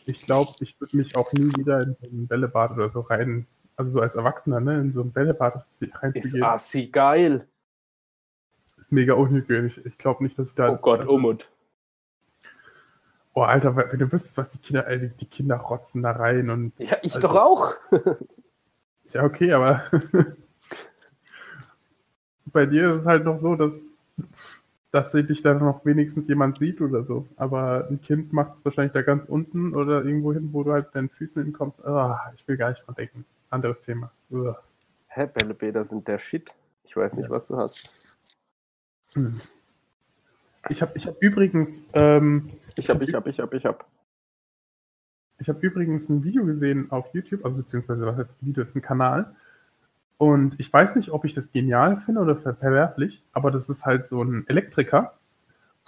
S2: ich glaube, ich würde mich auch nie wieder in so ein Bällebad oder so rein, also so als Erwachsener, ne, in so ein Bällebad reinzugehen.
S1: Ist assi geil.
S2: Ist mega unhygienisch. Ich glaube nicht, dass ich da.
S1: Oh Gott, um und.
S2: Oh, Alter, wenn du wüsstest, was die Kinder, äh, die, die Kinder rotzen da rein und.
S1: Ja, ich
S2: Also-
S1: doch auch.
S2: Ja, okay, aber. bei dir ist es halt noch so, dass, dass sie dich dann noch wenigstens jemand sieht oder so. Aber ein Kind macht es wahrscheinlich da ganz unten oder irgendwo hin, wo du halt mit deinen Füßen hinkommst. Ah, ich will gar nicht dran denken. Anderes Thema. Ugh.
S1: Hä, Bällebäder sind der Shit. Ich weiß nicht, was du hast.
S2: Hm. Ich habe ich hab übrigens. Ähm,
S1: Ich hab, ich hab, ich hab, ich hab.
S2: Ich habe übrigens ein Video gesehen auf YouTube, also beziehungsweise was heißt ein Video, ist ein Kanal. Und ich weiß nicht, ob ich das genial finde oder ver verwerflich, aber das ist halt so ein Elektriker.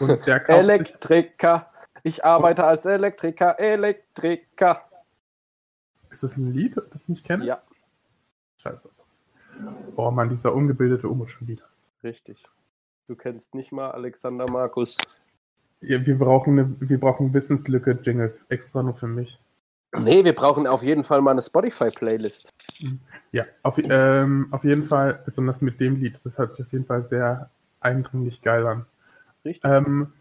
S2: Und der kauft sich,
S1: Elektriker. Ich arbeite als Elektriker. Elektriker.
S2: ist das ein Lied, das ich nicht kenne?
S1: Ja,
S2: Scheiße. Oh Mann, dieser ungebildete Umo schon wieder.
S1: richtig. Du kennst nicht mal Alexander Markus.
S2: Ja, wir brauchen eine, wir brauchen Wissenslücke Jingle extra nur für mich.
S1: Nee, wir brauchen auf jeden Fall mal eine Spotify-Playlist.
S2: Ja, auf, ähm, auf jeden Fall, besonders mit dem Lied, das hört sich auf jeden Fall sehr eindringlich geil an.
S1: Richtig.
S2: Ähm,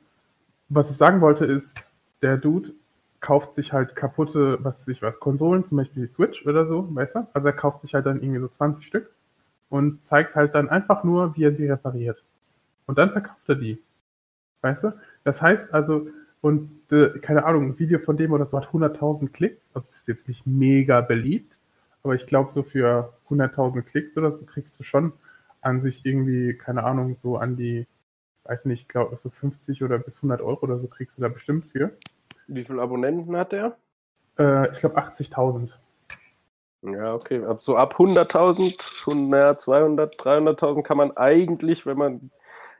S2: was ich sagen wollte ist, der Dude kauft sich halt kaputte, was weiß ich was, Konsolen, zum Beispiel die Switch oder so, weißt du? Also er kauft sich halt dann irgendwie so 20 Stück und zeigt halt dann einfach nur, wie er sie repariert. Und dann verkauft er die. Weißt du? Das heißt also, und äh, keine Ahnung, ein Video von dem oder so hat 100.000 Klicks, also es ist jetzt nicht mega beliebt, aber ich glaube, so für 100.000 Klicks oder so kriegst du schon an sich irgendwie, keine Ahnung, so an die, weiß nicht, ich glaube, so 50 oder bis 100 Euro oder so kriegst du da bestimmt für.
S1: Wie viele Abonnenten hat der?
S2: Äh, ich glaube 80.000.
S1: Ja, okay. Ab, so ab 100.000, 100, 200, 300.000 kann man eigentlich, wenn man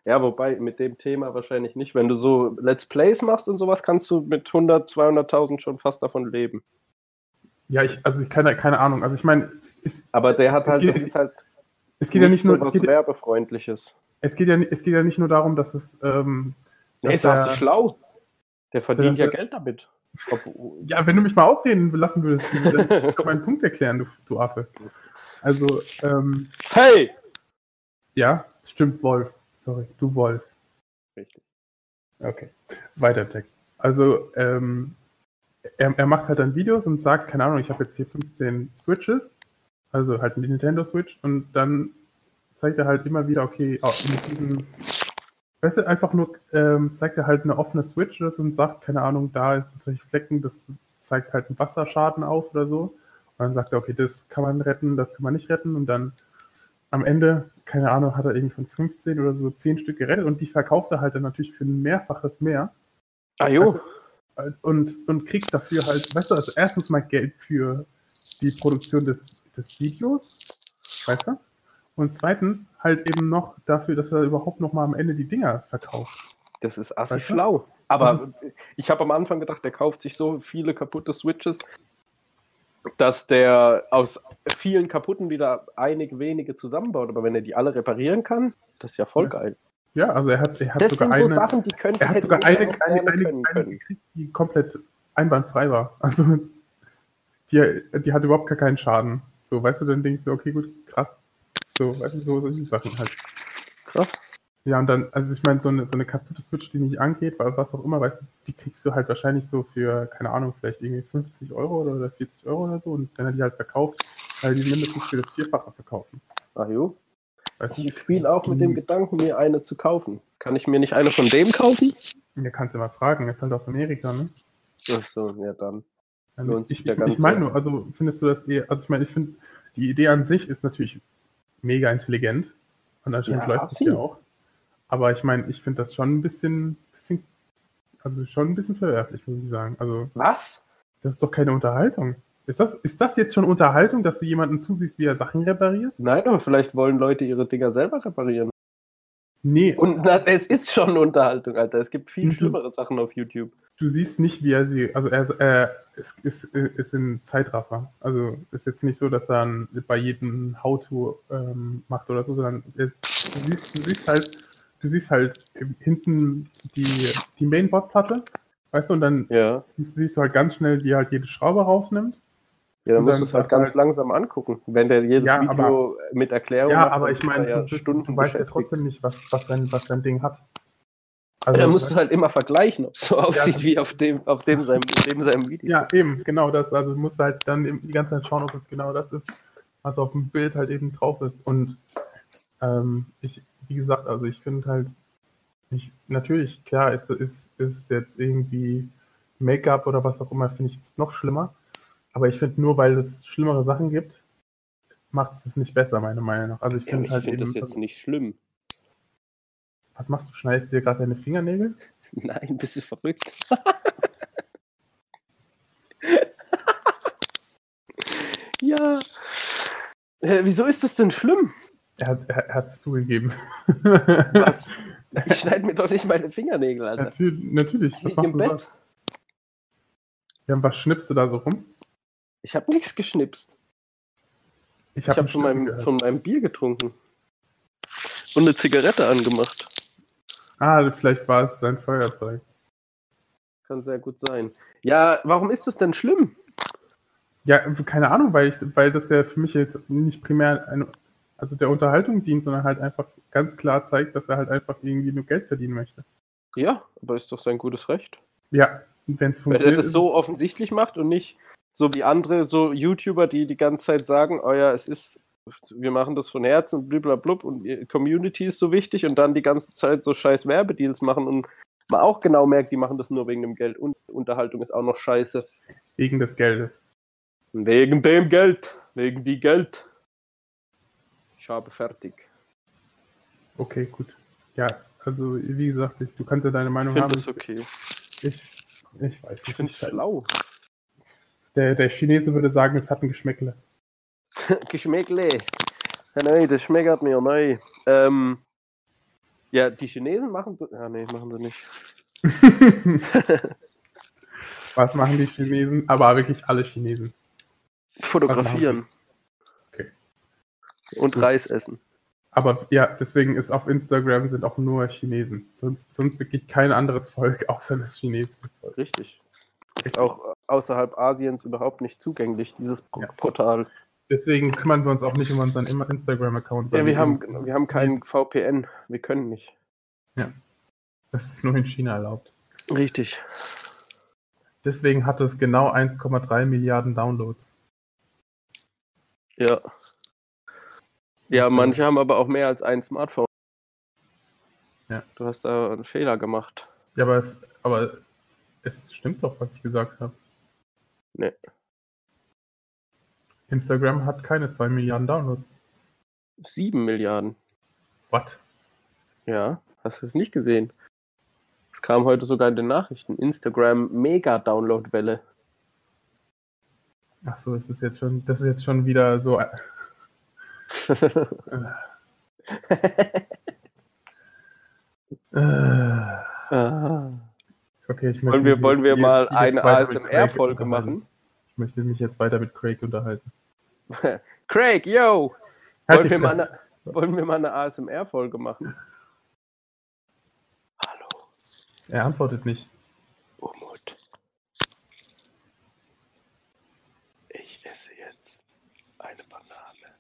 S1: ja, wobei mit dem Thema wahrscheinlich nicht. Wenn du so Let's Plays machst und sowas, kannst du mit 100, 200.000 schon fast davon leben.
S2: Ja, ich, also ich keine, keine Ahnung. Also ich meine,
S1: aber der hat
S2: es
S1: halt,
S2: geht-
S1: das ist halt
S2: es geht ja nicht
S1: so
S2: nur, es
S1: was
S2: geht,
S1: werbefreundliches.
S2: es geht ja, ni- es geht ja nicht nur darum, dass es, ähm,
S1: Der ist
S2: dass
S1: hast du
S2: er-
S1: schlau. Der verdient
S2: dass
S1: ja
S2: er-
S1: Geld damit. Ob,
S2: ja, wenn du mich mal ausreden lassen würdest, dann würde ich doch meinen Punkt erklären, du, du Affe. Also, ähm,
S1: hey!
S2: ja, stimmt, Wolf. Sorry, du Wolf.
S1: Richtig.
S2: Okay. Weiter im Text. Also, ähm, er, er macht halt dann Videos und sagt, keine Ahnung, ich habe jetzt hier 15 Switches, also halt eine Nintendo Switch, und dann zeigt er halt immer wieder, okay, oh, mit diesem, weißt du, einfach nur ähm, zeigt er halt eine offene Switch oder so und sagt, keine Ahnung, da ist solche Flecken, das zeigt halt einen Wasserschaden auf oder so. Und dann sagt er, okay, das kann man retten, das kann man nicht retten, und dann am Ende, keine Ahnung, hat er irgendwie von 15 oder so 10 Stück gerettet und die verkauft er halt dann natürlich für ein Mehrfaches mehr
S1: Ah jo.
S2: äh, und, und kriegt dafür halt, weißt du, also erstens mal Geld für die Produktion des, des Videos, weißt du? Und zweitens halt eben noch dafür, dass er überhaupt noch mal am Ende die Dinger verkauft.
S1: Das ist assi
S2: Weißt du?
S1: schlau. Aber
S2: Das
S1: ich habe am Anfang gedacht, der kauft sich so viele kaputte Switches, dass der aus vielen kaputten wieder einige wenige zusammenbaut. Aber wenn er die alle reparieren kann, das ist ja voll
S2: Ja.
S1: geil.
S2: Ja, also er hat, er hat
S1: Das
S2: sogar
S1: sind so
S2: eine,
S1: Sachen, die könnte
S2: er hat
S1: hätte
S2: sogar
S1: ich
S2: eine
S1: auch
S2: kleine,
S1: gerne
S2: eine
S1: können
S2: kleine
S1: können.
S2: gekriegt, die komplett einwandfrei war. Also die, die hat überhaupt gar keinen Schaden. So, weißt du, dann denkst du, okay, gut, krass. So, weißt du, so solche Sachen halt.
S1: Krass.
S2: Ja, und dann, also ich meine, so eine, so eine kaputte Switch, die nicht angeht, weil was auch immer, weißt du, die kriegst du halt wahrscheinlich so für, keine Ahnung, vielleicht irgendwie 50 Euro oder, oder 40 Euro oder so und wenn er die halt verkauft, weil die mindestens für das Vierfache verkaufen.
S1: Ach Ah, jo.
S2: Weißt du?
S1: Ich spiele auch mit dem Gedanken, mir eine zu kaufen. Kann ich mir nicht eine von dem kaufen?
S2: Ja, kannst du mal fragen, ist halt aus Amerika, ne?
S1: Ach so, ja dann.
S2: Also
S1: Lohnt sich
S2: ich
S1: der
S2: ich, ich
S1: ganze-
S2: meine nur, also findest du das eher, also ich meine, ich finde, die Idee an sich ist natürlich mega intelligent und anscheinend
S1: Ja,
S2: läuft es
S1: absolut.
S2: ja auch. Aber ich meine, ich finde das schon ein bisschen, bisschen, also schon ein bisschen verwerflich, muss ich sagen. Also
S1: Was?
S2: das ist doch keine Unterhaltung. Ist das, ist das jetzt schon Unterhaltung, dass du jemanden zusiehst, wie er Sachen repariert?
S1: Nein, aber vielleicht wollen Leute ihre Dinger selber reparieren.
S2: Nee,
S1: Und na, es ist schon Unterhaltung, Alter. Es gibt viel
S2: Mhm.
S1: schlimmere Sachen auf YouTube.
S2: du siehst nicht, wie er sie, also er äh, ist, ist, ist in Zeitraffer. Also ist jetzt nicht so, dass er ein- bei jedem How-To ähm, macht oder so, sondern er, du, siehst, du siehst halt, du siehst halt hinten die, die Mainboard-Platte, weißt du, und dann
S1: Ja.
S2: siehst, siehst du halt ganz schnell, wie er halt jede Schraube rausnimmt.
S1: Ja, dann
S2: Und
S1: musst
S2: dann
S1: du es halt
S2: sagt
S1: ganz
S2: halt-
S1: langsam angucken. Wenn der jedes
S2: Ja,
S1: Video mit Erklärung
S2: Ja,
S1: macht,
S2: aber
S1: dann
S2: ich
S1: ist
S2: meine,
S1: er ja
S2: du, bist- du weißt ja
S1: beschäftigt.
S2: trotzdem nicht, was, was, dein, was dein Ding hat.
S1: Ja,
S2: Also,
S1: dann musst du halt immer vergleichen, ob es so aussieht
S2: das-
S1: wie auf dem, auf dem seinem, dem seinem Video.
S2: Ja, eben, genau das. Also du musst halt dann eben die ganze Zeit schauen, ob es genau das ist, was auf dem Bild halt eben drauf ist. Und ähm, ich, wie gesagt, also ich finde halt, ich, natürlich, klar, ist, ist, ist jetzt irgendwie Make-up oder was auch immer, finde ich jetzt noch schlimmer. Aber ich finde nur, weil es schlimmere Sachen gibt, macht es das nicht besser, meiner Meinung nach. Also ich
S1: Ja, aber
S2: finde
S1: ich
S2: halt
S1: finde das
S2: eben,
S1: jetzt nicht schlimm.
S2: was machst du? Schneidest du dir gerade deine Fingernägel?
S1: Nein, bist du verrückt? ja. Äh, wieso ist das denn schlimm?
S2: Er hat er, er hat's zugegeben.
S1: Was? Ich schneide mir doch nicht meine Fingernägel, Alter.
S2: Natürlich, natürlich.
S1: Lieg
S2: Was
S1: Also im
S2: machst du
S1: Bett.
S2: sonst? Ja, und was schnippst du da so rum?
S1: Ich habe nichts geschnipst.
S2: hab
S1: Ich habe
S2: einen
S1: von
S2: Schnipp
S1: meinem,
S2: gehört.
S1: von meinem Bier getrunken. Und eine Zigarette angemacht.
S2: Ah, vielleicht war es sein Feuerzeug.
S1: Kann sehr gut sein. Ja, warum ist das denn schlimm?
S2: Ja, keine Ahnung, weil, ich, weil das ja für mich jetzt nicht primär eine, also der Unterhaltung dient, sondern halt einfach ganz klar zeigt, dass er halt einfach irgendwie nur Geld verdienen möchte.
S1: Ja, aber ist doch sein gutes Recht.
S2: Ja, wenn es
S1: Weil er
S2: funktioniert.
S1: das so offensichtlich macht und nicht so wie andere, so YouTuber, die die ganze Zeit sagen, oh ja, es ist, wir machen das von Herzen, bliblablub und die Community ist so wichtig und dann die ganze Zeit so scheiß Werbedeals machen und man auch genau merkt, die machen das nur wegen dem Geld und Unterhaltung ist auch noch scheiße.
S2: wegen des Geldes.
S1: Wegen dem Geld, wegen die Geld. Ich habe fertig.
S2: Okay, gut. Ja, also wie gesagt, ich, du kannst ja deine
S1: Ich halt
S2: Meinung
S1: finde
S2: haben.
S1: das okay.
S2: Ich, ich weiß
S1: Ich finde es
S2: nicht.
S1: schlau.
S2: Der, der Chinese würde sagen, es hat ein Geschmäckle.
S1: Geschmäckle. Ja, nein, das schmeckt mir neu. Ähm, ja, die Chinesen machen. Ja, nee, machen sie nicht.
S2: Was machen die Chinesen? Aber wirklich alle Chinesen.
S1: Fotografieren.
S2: Okay.
S1: Und Reis essen.
S2: Aber ja, deswegen ist auf Instagram sind auch nur Chinesen. Sonst, sonst wirklich kein anderes Volk außer das chinesische Volk.
S1: Richtig. Ist auch außerhalb Asiens überhaupt nicht zugänglich, dieses Pro-
S2: Ja.
S1: Portal.
S2: Deswegen kümmern wir uns auch nicht um unseren Im- Instagram-Account.
S1: Ja,
S2: weil
S1: wir haben, genau, wir haben keinen VPN. Wir können nicht.
S2: Das ist nur in China erlaubt.
S1: Richtig.
S2: Deswegen hat es genau 1,3 Milliarden Downloads.
S1: Ja. Ja,
S2: Also-
S1: manche haben aber auch mehr als ein Smartphone.
S2: Ja.
S1: Du hast da einen Fehler gemacht.
S2: Ja, aber es, aber es stimmt doch, was ich gesagt habe.
S1: Nee.
S2: Instagram hat keine 2 Milliarden Downloads.
S1: Sieben Milliarden.
S2: What?
S1: Ja, hast du es nicht gesehen? Es kam heute sogar in den Nachrichten. Instagram mega Downloadwelle.
S2: Ach so, es ist jetzt schon, das ist jetzt schon wieder so. äh, Äh,
S1: Ah.
S2: okay, ich möchte
S1: Wollen wir,
S2: mich
S1: wollen
S2: jetzt
S1: wir
S2: hier-
S1: mal
S2: hier
S1: eine
S2: jetzt weiter mit Craig
S1: ASMR-Folge
S2: unterhalten.
S1: machen?
S2: Ich möchte mich jetzt weiter mit Craig unterhalten.
S1: Craig, yo!
S2: Halt
S1: Wollen
S2: die
S1: wir, mal
S2: Fresse.
S1: eine, wollen wir mal eine ASMR-Folge machen? Hallo,
S2: Er antwortet nicht.
S1: Umut. Ich esse jetzt eine Banane.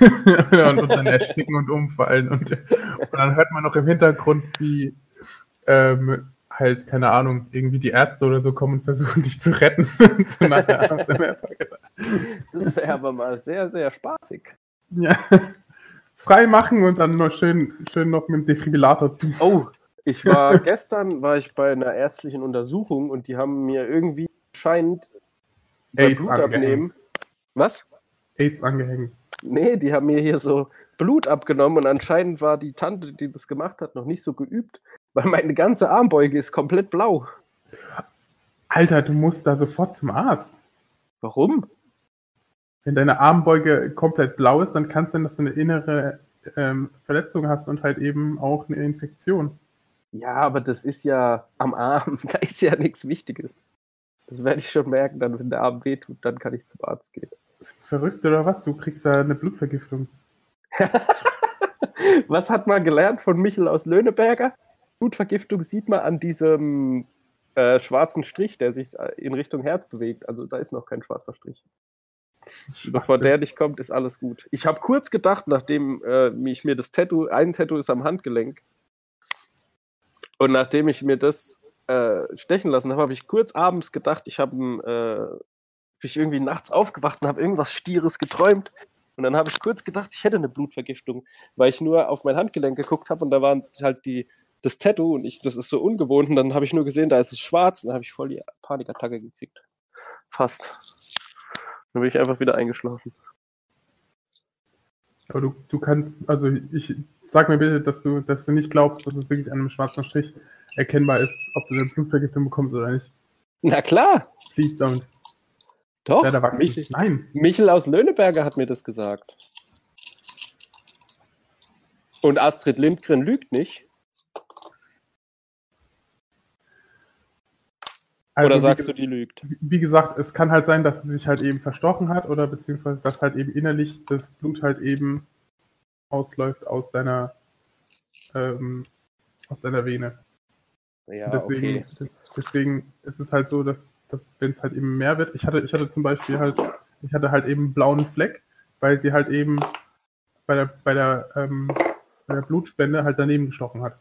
S2: und, und dann ersticken und umfallen. Und, und dann hört man noch im Hintergrund, wie ähm, halt, keine Ahnung, irgendwie die Ärzte oder so kommen und versuchen, dich zu retten. so nach der ASMR-Folge.
S1: Das wäre aber mal sehr, sehr spaßig.
S2: ja. Frei machen und dann noch schön, schön noch mit dem Defibrillator.
S1: Oh, ich war gestern war ich bei einer ärztlichen Untersuchung und die haben mir irgendwie scheint
S2: AIDS angehängt.
S1: Was?
S2: AIDS angehängt.
S1: Nee, die haben mir hier so Blut abgenommen und anscheinend war die Tante, die das gemacht hat, noch nicht so geübt, weil meine ganze Armbeuge ist komplett blau.
S2: Alter, du musst da sofort zum Arzt.
S1: Warum?
S2: Wenn deine Armbeuge komplett blau ist, dann kann es sein, dass du eine innere ähm, Verletzung hast und halt eben auch eine Infektion.
S1: Ja, aber das ist ja am Arm, da ist ja nichts Wichtiges. Das werde ich schon merken, dann wenn der Arm wehtut, dann kann ich zum Arzt gehen.
S2: Bist du verrückt oder was? Du kriegst da eine Blutvergiftung.
S1: Was hat man gelernt von Michel aus Löhneberger? Blutvergiftung sieht man an diesem äh, schwarzen Strich, der sich äh, in Richtung Herz bewegt. Also da ist noch kein schwarzer Strich.
S2: Das ist
S1: Bevor
S2: Schwachsinn.
S1: der dich kommt, ist alles gut. Ich habe kurz gedacht, nachdem äh, ich mir das Tattoo, ein Tattoo ist am Handgelenk. Und nachdem ich mir das äh, stechen lassen habe, habe ich kurz abends gedacht, ich habe ein, äh, bin ich irgendwie nachts aufgewacht und habe irgendwas Stieres geträumt. Und dann habe ich kurz gedacht, ich hätte eine Blutvergiftung, weil ich nur auf mein Handgelenk geguckt habe und da waren halt die, das Tattoo und ich, das ist so ungewohnt. Und dann habe ich nur gesehen, da ist es schwarz und da habe ich voll die Panikattacke gekriegt. Fast. Dann bin ich einfach wieder eingeschlafen.
S2: Aber du, du kannst, also ich sag mir bitte, dass du, dass du nicht glaubst, dass es wirklich an einem schwarzen Strich erkennbar ist, ob du eine Blutvergiftung bekommst oder nicht.
S1: Na klar,
S2: Please don't.
S1: doch.
S2: Leider wachsen.
S1: Michel,
S2: Nein.
S1: Michel aus Löhneberger hat mir das gesagt. Und Astrid Lindgren lügt nicht.
S2: Also
S1: oder sagst
S2: wie,
S1: du, die lügt?
S2: Wie gesagt, es kann halt sein, dass sie sich halt eben verstochen hat oder beziehungsweise, dass halt eben innerlich das Blut halt eben ausläuft aus deiner, ähm, aus deiner Vene.
S1: Ja,
S2: deswegen,
S1: okay.
S2: deswegen ist es halt so, dass, dass wenn es halt eben mehr wird, ich hatte, ich hatte zum Beispiel halt, ich hatte halt eben einen blauen Fleck, weil sie halt eben bei der, bei der ähm, bei der Blutspende halt daneben gestochen hat.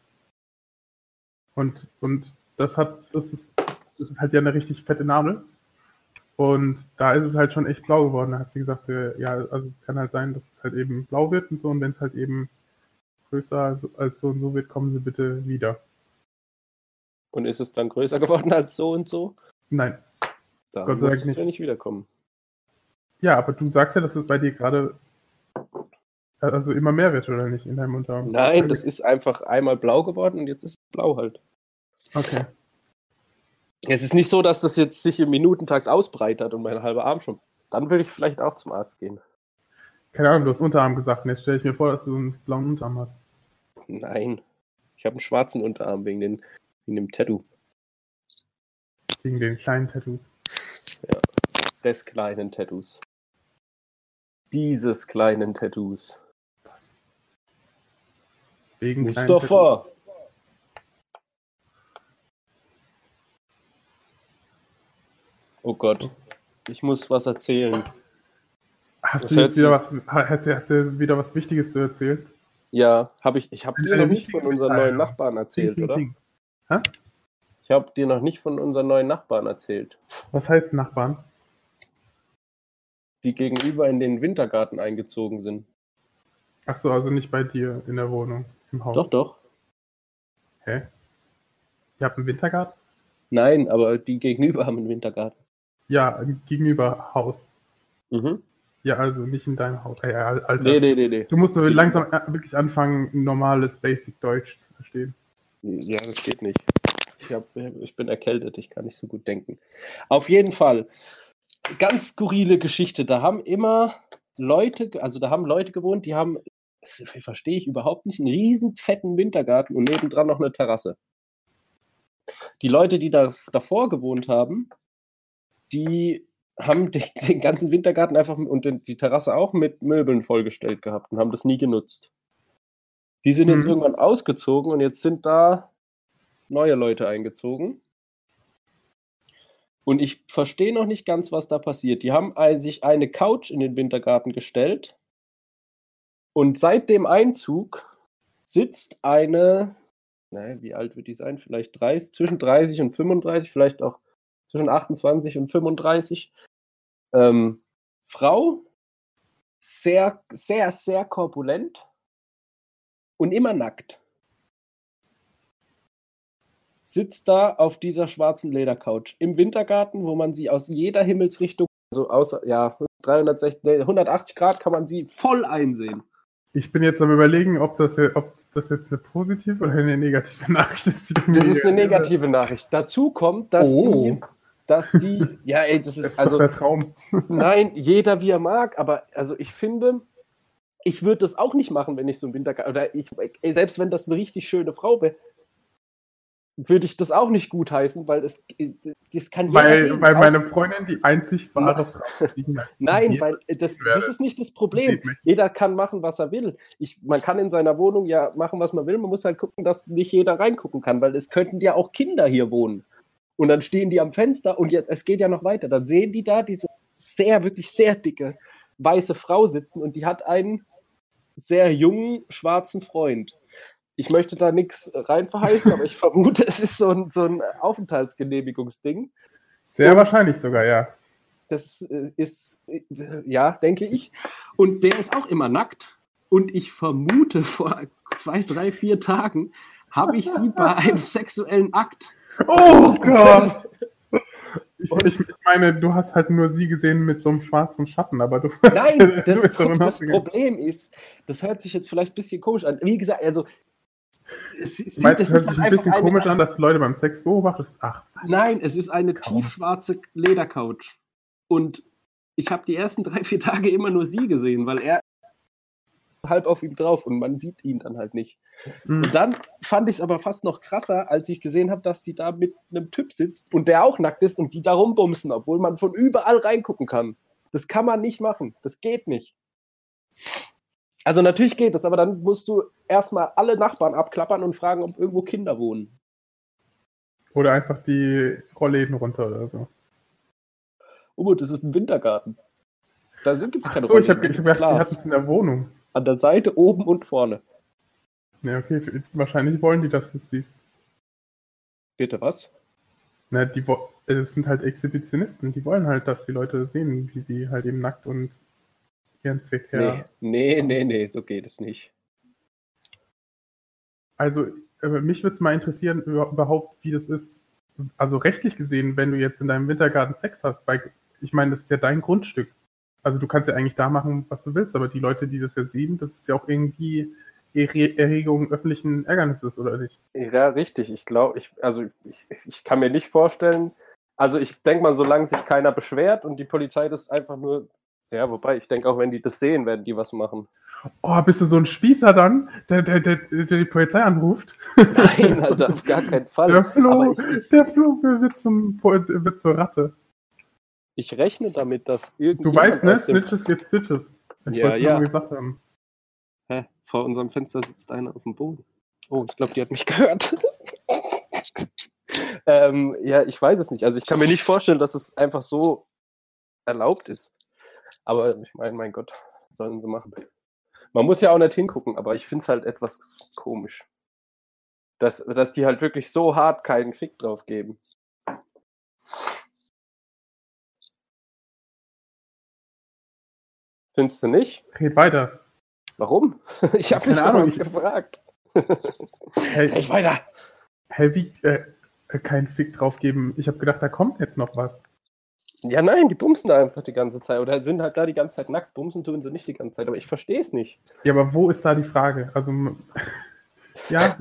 S2: Und, und das hat, das ist, das ist halt ja eine richtig fette Nadel. Und da ist es halt schon echt blau geworden. Da hat sie gesagt, so, ja, also es kann halt sein, dass es halt eben blau wird und so. Und wenn es halt eben größer als, als so und so wird, kommen sie bitte wieder.
S1: Und ist es dann größer geworden als so und so?
S2: Nein.
S1: Dann
S2: Gott sei Dank
S1: musstest du
S2: nicht.
S1: ja nicht wiederkommen.
S2: Ja, aber du sagst ja, dass es bei dir gerade also immer mehr wird, oder nicht, in deinem Unterarm?
S1: Nein, das ist einfach einmal blau geworden und jetzt ist es blau halt.
S2: Okay.
S1: Es ist nicht so, dass das jetzt sich im Minutentakt ausbreitet und mein halber Arm schon. Dann würde ich vielleicht auch zum Arzt gehen.
S2: Keine Ahnung, du hast Unterarm gesagt. Und jetzt stelle ich mir vor, dass du so einen blauen Unterarm hast.
S1: Nein. Ich habe einen schwarzen Unterarm wegen, den, wegen dem Tattoo.
S2: Wegen den kleinen Tattoos.
S1: Des kleinen Tattoos. Dieses kleinen Tattoos.
S2: Wegen kleinen Tattoos.
S1: Mustafa! Oh Gott. Ich muss was erzählen.
S2: Hast
S1: Das
S2: du,
S1: hört
S2: jetzt wieder was, hast, du- hast du wieder was Wichtiges zu erzählen?
S1: Ja, habe ich. Ich habe dir
S2: Eine
S1: noch nicht von
S2: wichtige
S1: unseren neuen
S2: Mitteilung.
S1: Nachbarn erzählt,
S2: Ding, ding,
S1: oder?
S2: ding.
S1: Ich habe dir noch nicht von unseren neuen Nachbarn erzählt,
S2: Was heißt Nachbarn?
S1: die gegenüber in den Wintergarten eingezogen sind.
S2: Ach so, also nicht bei dir in der Wohnung, im Haus.
S1: Doch, doch.
S2: Hä? Ihr habt einen Wintergarten?
S1: Nein, aber die gegenüber haben einen Wintergarten.
S2: Ja, im gegenüber Haus.
S1: Mhm.
S2: Ja, also nicht in deinem Haus. Äh, Alter.
S1: Nee, nee, nee, nee.
S2: Du musst aber langsam äh, wirklich anfangen, normales Basic Deutsch zu verstehen.
S1: Ja, das geht nicht. Ich, hab, ich bin erkältet, ich kann nicht so gut denken. Auf jeden Fall, ganz skurrile Geschichte. Da haben immer Leute, ge- also da haben Leute gewohnt, die haben, das verstehe ich überhaupt nicht, einen riesen fetten Wintergarten und nebendran noch eine Terrasse. Die Leute, die da davor gewohnt haben, die haben den, den ganzen Wintergarten einfach und den, die Terrasse auch mit Möbeln vollgestellt gehabt und haben das nie genutzt. Die sind jetzt
S2: Mhm.
S1: irgendwann ausgezogen und jetzt sind da neue Leute eingezogen. Und ich verstehe noch nicht ganz, was da passiert. Die haben ein- sich eine Couch in den Wintergarten gestellt. Und seit dem Einzug sitzt eine, naja, Ne, wie alt wird die sein? Vielleicht 30, zwischen 30 und 35, vielleicht auch zwischen 28 und 35. Ähm, Frau, sehr, sehr, sehr korpulent und immer nackt. Sitzt da auf dieser schwarzen Ledercouch im Wintergarten, wo man sie aus jeder Himmelsrichtung, also außer, ja, 360, nee, 180 Grad kann man sie voll einsehen.
S2: Ich bin jetzt am überlegen, ob das, hier- ob das jetzt eine positive oder eine negative Nachricht ist. die du
S1: Das
S2: mir
S1: ist eine
S2: hier-
S1: negative Nachricht. Dazu kommt, dass
S2: Oh.
S1: die, dass die, ja, ey, das
S2: Das
S1: ist,
S2: ist
S1: also,
S2: also der Traum.
S1: Nein, jeder wie er mag, aber also ich finde, ich würde das auch nicht machen, wenn ich so einen Wintergarten oder ich ey, selbst wenn das eine richtig schöne Frau wäre, würde ich das auch nicht gutheißen, weil es das kann jeder
S2: Weil,
S1: sehen.
S2: weil
S1: also Auch-
S2: meine Freundin die einzig wahre Frau ist. die mir-
S1: Nein,
S2: die
S1: weil das,
S2: werde.
S1: das ist nicht das Problem.
S2: sieht mich.
S1: Jeder kann machen, was er will. Ich, man kann in seiner Wohnung ja machen, was man will. Man muss halt gucken, dass nicht jeder reingucken kann, weil es könnten ja auch Kinder hier wohnen. Und dann stehen die am Fenster und jetzt, es geht ja noch weiter. Dann sehen die da diese sehr, wirklich sehr dicke weiße Frau sitzen und die hat einen sehr jungen schwarzen Freund. Ich möchte da nichts rein verheißen, aber ich vermute, es ist so ein, so ein Aufenthaltsgenehmigungsding.
S2: Sehr wahrscheinlich sogar, ja.
S1: Das äh, ist, äh, ja, denke ich. Und der ist auch immer nackt. Und ich vermute, vor zwei, drei, vier Tagen habe ich sie bei einem sexuellen Akt.
S2: Oh Gott! Ich, ich, ich meine, du hast halt nur sie gesehen mit so einem schwarzen Schatten, aber du.
S1: Nein, das,
S2: du bist
S1: Pro
S2: darüber
S1: das
S2: hinausgegangen.
S1: Problem ist, das hört sich jetzt vielleicht ein bisschen komisch an. Wie gesagt, also. Es, sie-
S2: Meinst du,
S1: das
S2: es
S1: ist
S2: hört sich
S1: doch
S2: ein bisschen
S1: einfach eine-
S2: komisch an, dass du Leute beim Sex beobachtest? Ach,
S1: Nein, es ist eine
S2: Kaum.
S1: tiefschwarze Ledercouch. Und ich habe die ersten drei, vier Tage immer nur sie gesehen, weil er halb auf ihm drauf und man sieht ihn dann halt nicht.
S2: hm.
S1: Und dann fand ich es aber fast noch krasser, als ich gesehen habe, dass sie da mit einem Typ sitzt und der auch nackt ist und die da rumbumsen, obwohl man von überall reingucken kann. Das kann man nicht machen. Das geht nicht. Also natürlich geht das, aber dann musst du erstmal alle Nachbarn abklappern und fragen, ob irgendwo Kinder wohnen.
S2: Oder einfach die Rollläden runter oder so.
S1: Oh, das ist ein Wintergarten. Da gibt es
S2: Ach
S1: keine
S2: so, ich
S1: Rollen,
S2: habe
S1: das ist
S2: ich hab gedacht, wir
S1: Glas.
S2: hatten es in der Wohnung.
S1: An der Seite, oben und vorne.
S2: Ja, okay. Wahrscheinlich wollen die, dass du es siehst.
S1: Bitte was?
S2: Na, die wo- äh, das sind halt Exhibitionisten. Die wollen halt, dass die Leute sehen, wie sie halt eben nackt und ihren Verkehr.
S1: Nee, nee, nee, nee, so geht es nicht.
S2: Also, äh, mich würde es mal interessieren, über- überhaupt, wie das ist. Also, rechtlich gesehen, wenn du jetzt in deinem Wintergarten Sex hast, bei, ich meine, das ist ja dein Grundstück. Also, du kannst ja eigentlich da machen, was du willst, aber die Leute, die das ja sehen, das ist ja auch irgendwie Erre- Erregung öffentlichen Ärgernisses, oder nicht?
S1: Ja, richtig. Ich glaube, ich, also ich, ich kann mir nicht vorstellen, also ich denke mal, solange sich keiner beschwert und die Polizei das einfach nur, ja, wobei, ich denke auch, wenn die das sehen, werden die was machen.
S2: Oh, bist du so ein Spießer dann, der, der, der, der die Polizei anruft?
S1: Nein, Alter, auf gar keinen
S2: Der
S1: Fall. Aber
S2: Flo,
S1: ich,
S2: der Flo wird, zum, Po- wird zur Ratte.
S1: ich rechne damit, dass
S2: Du
S1: irgendjemand
S2: weißt, ne?
S1: aus dem-
S2: Snitches get Stitches. Ich
S1: Ja,
S2: wollte es
S1: ja.
S2: nur gesagt haben.
S1: Hä? Vor unserem Fenster sitzt einer auf dem Boden. Oh, ich glaube, die hat mich gehört. ähm, ja, ich weiß es nicht. Also ich kann mir nicht vorstellen, dass es einfach so erlaubt ist. Aber ich meine, mein Gott, sollen sie machen. Man muss ja auch nicht hingucken, aber ich finde es halt etwas komisch. Dass, dass die halt wirklich so hart keinen Fick drauf geben. Findest du nicht?
S2: Red weiter.
S1: Warum? Ich habe
S2: Keine
S1: mich doch
S2: Ahnung,
S1: was
S2: ich-
S1: gefragt.
S2: Hey,
S1: Ich weiter.
S2: hey wie, äh, äh, kein Fick drauf geben. Ich habe gedacht, da kommt jetzt noch was.
S1: Ja, nein, die bumsen da einfach die ganze Zeit. Oder sind halt da die ganze Zeit nackt. Bumsen tun sie nicht die ganze Zeit. Aber ich verstehe es nicht.
S2: Ja, aber wo ist da die Frage? Also, m- ja,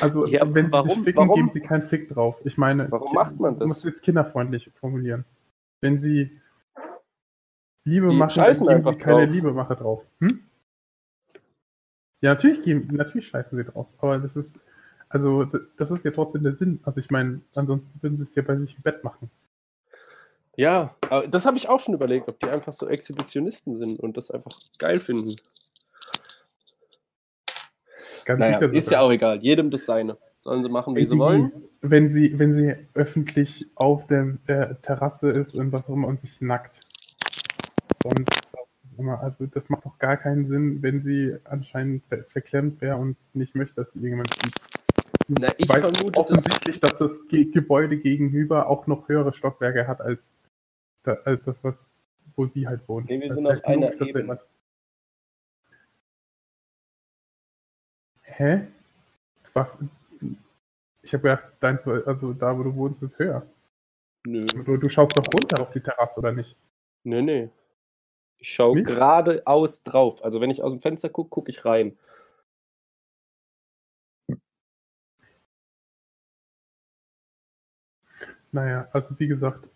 S2: also,
S1: Ja,
S2: wenn sie sich
S1: warum-
S2: ficken,
S1: warum-
S2: geben sie keinen Fick drauf. Ich meine,
S1: Warum
S2: ki-
S1: macht man
S2: Du musst
S1: das?
S2: jetzt kinderfreundlich formulieren. Wenn sie Liebe
S1: Die
S2: machen,
S1: scheißen
S2: dann geben sie
S1: einfach
S2: keine
S1: drauf.
S2: Liebemache drauf. Hm? Ja, natürlich, geben, natürlich scheißen sie drauf. Aber das ist, also, d- das ist ja trotzdem der Sinn. Also, ich meine, ansonsten würden sie es ja bei sich im Bett machen.
S1: Ja, aber das habe ich auch schon überlegt, ob die einfach so Exhibitionisten sind und das einfach geil finden.
S2: Ganz
S1: Naja,
S2: sicher
S1: ist
S2: sogar.
S1: ja auch egal. Jedem das seine. Sollen sie machen, wie
S2: Ey,
S1: sie wollen.
S2: wenn sie, wenn sie öffentlich auf der äh, Terrasse ist und was auch immer und sich nackt. Und immer, also das macht doch gar keinen Sinn, wenn sie anscheinend ver- verklemmt wäre und nicht möchte, dass sie irgendjemand sieht.
S1: Na, ich
S2: Weißt du
S1: vermute, dass,
S2: offensichtlich, dass das Ge Gebäude gegenüber auch noch höhere Stockwerke hat als, da, als das, was wo sie halt wohnt.
S1: Okay, wir
S2: Das
S1: sind
S2: ist
S1: auf einer
S2: dass
S1: Ebene.
S2: jemand- Hä? Was? Ich habe gedacht, dein, soll- also da, wo du wohnst, ist höher.
S1: nö,
S2: Du, du schaust doch runter auf die Terrasse, oder nicht?
S1: nö, nö. Ich schaue
S2: Nicht?
S1: geradeaus drauf. Also wenn ich aus dem Fenster gucke, gucke ich rein.
S2: Naja, also wie gesagt,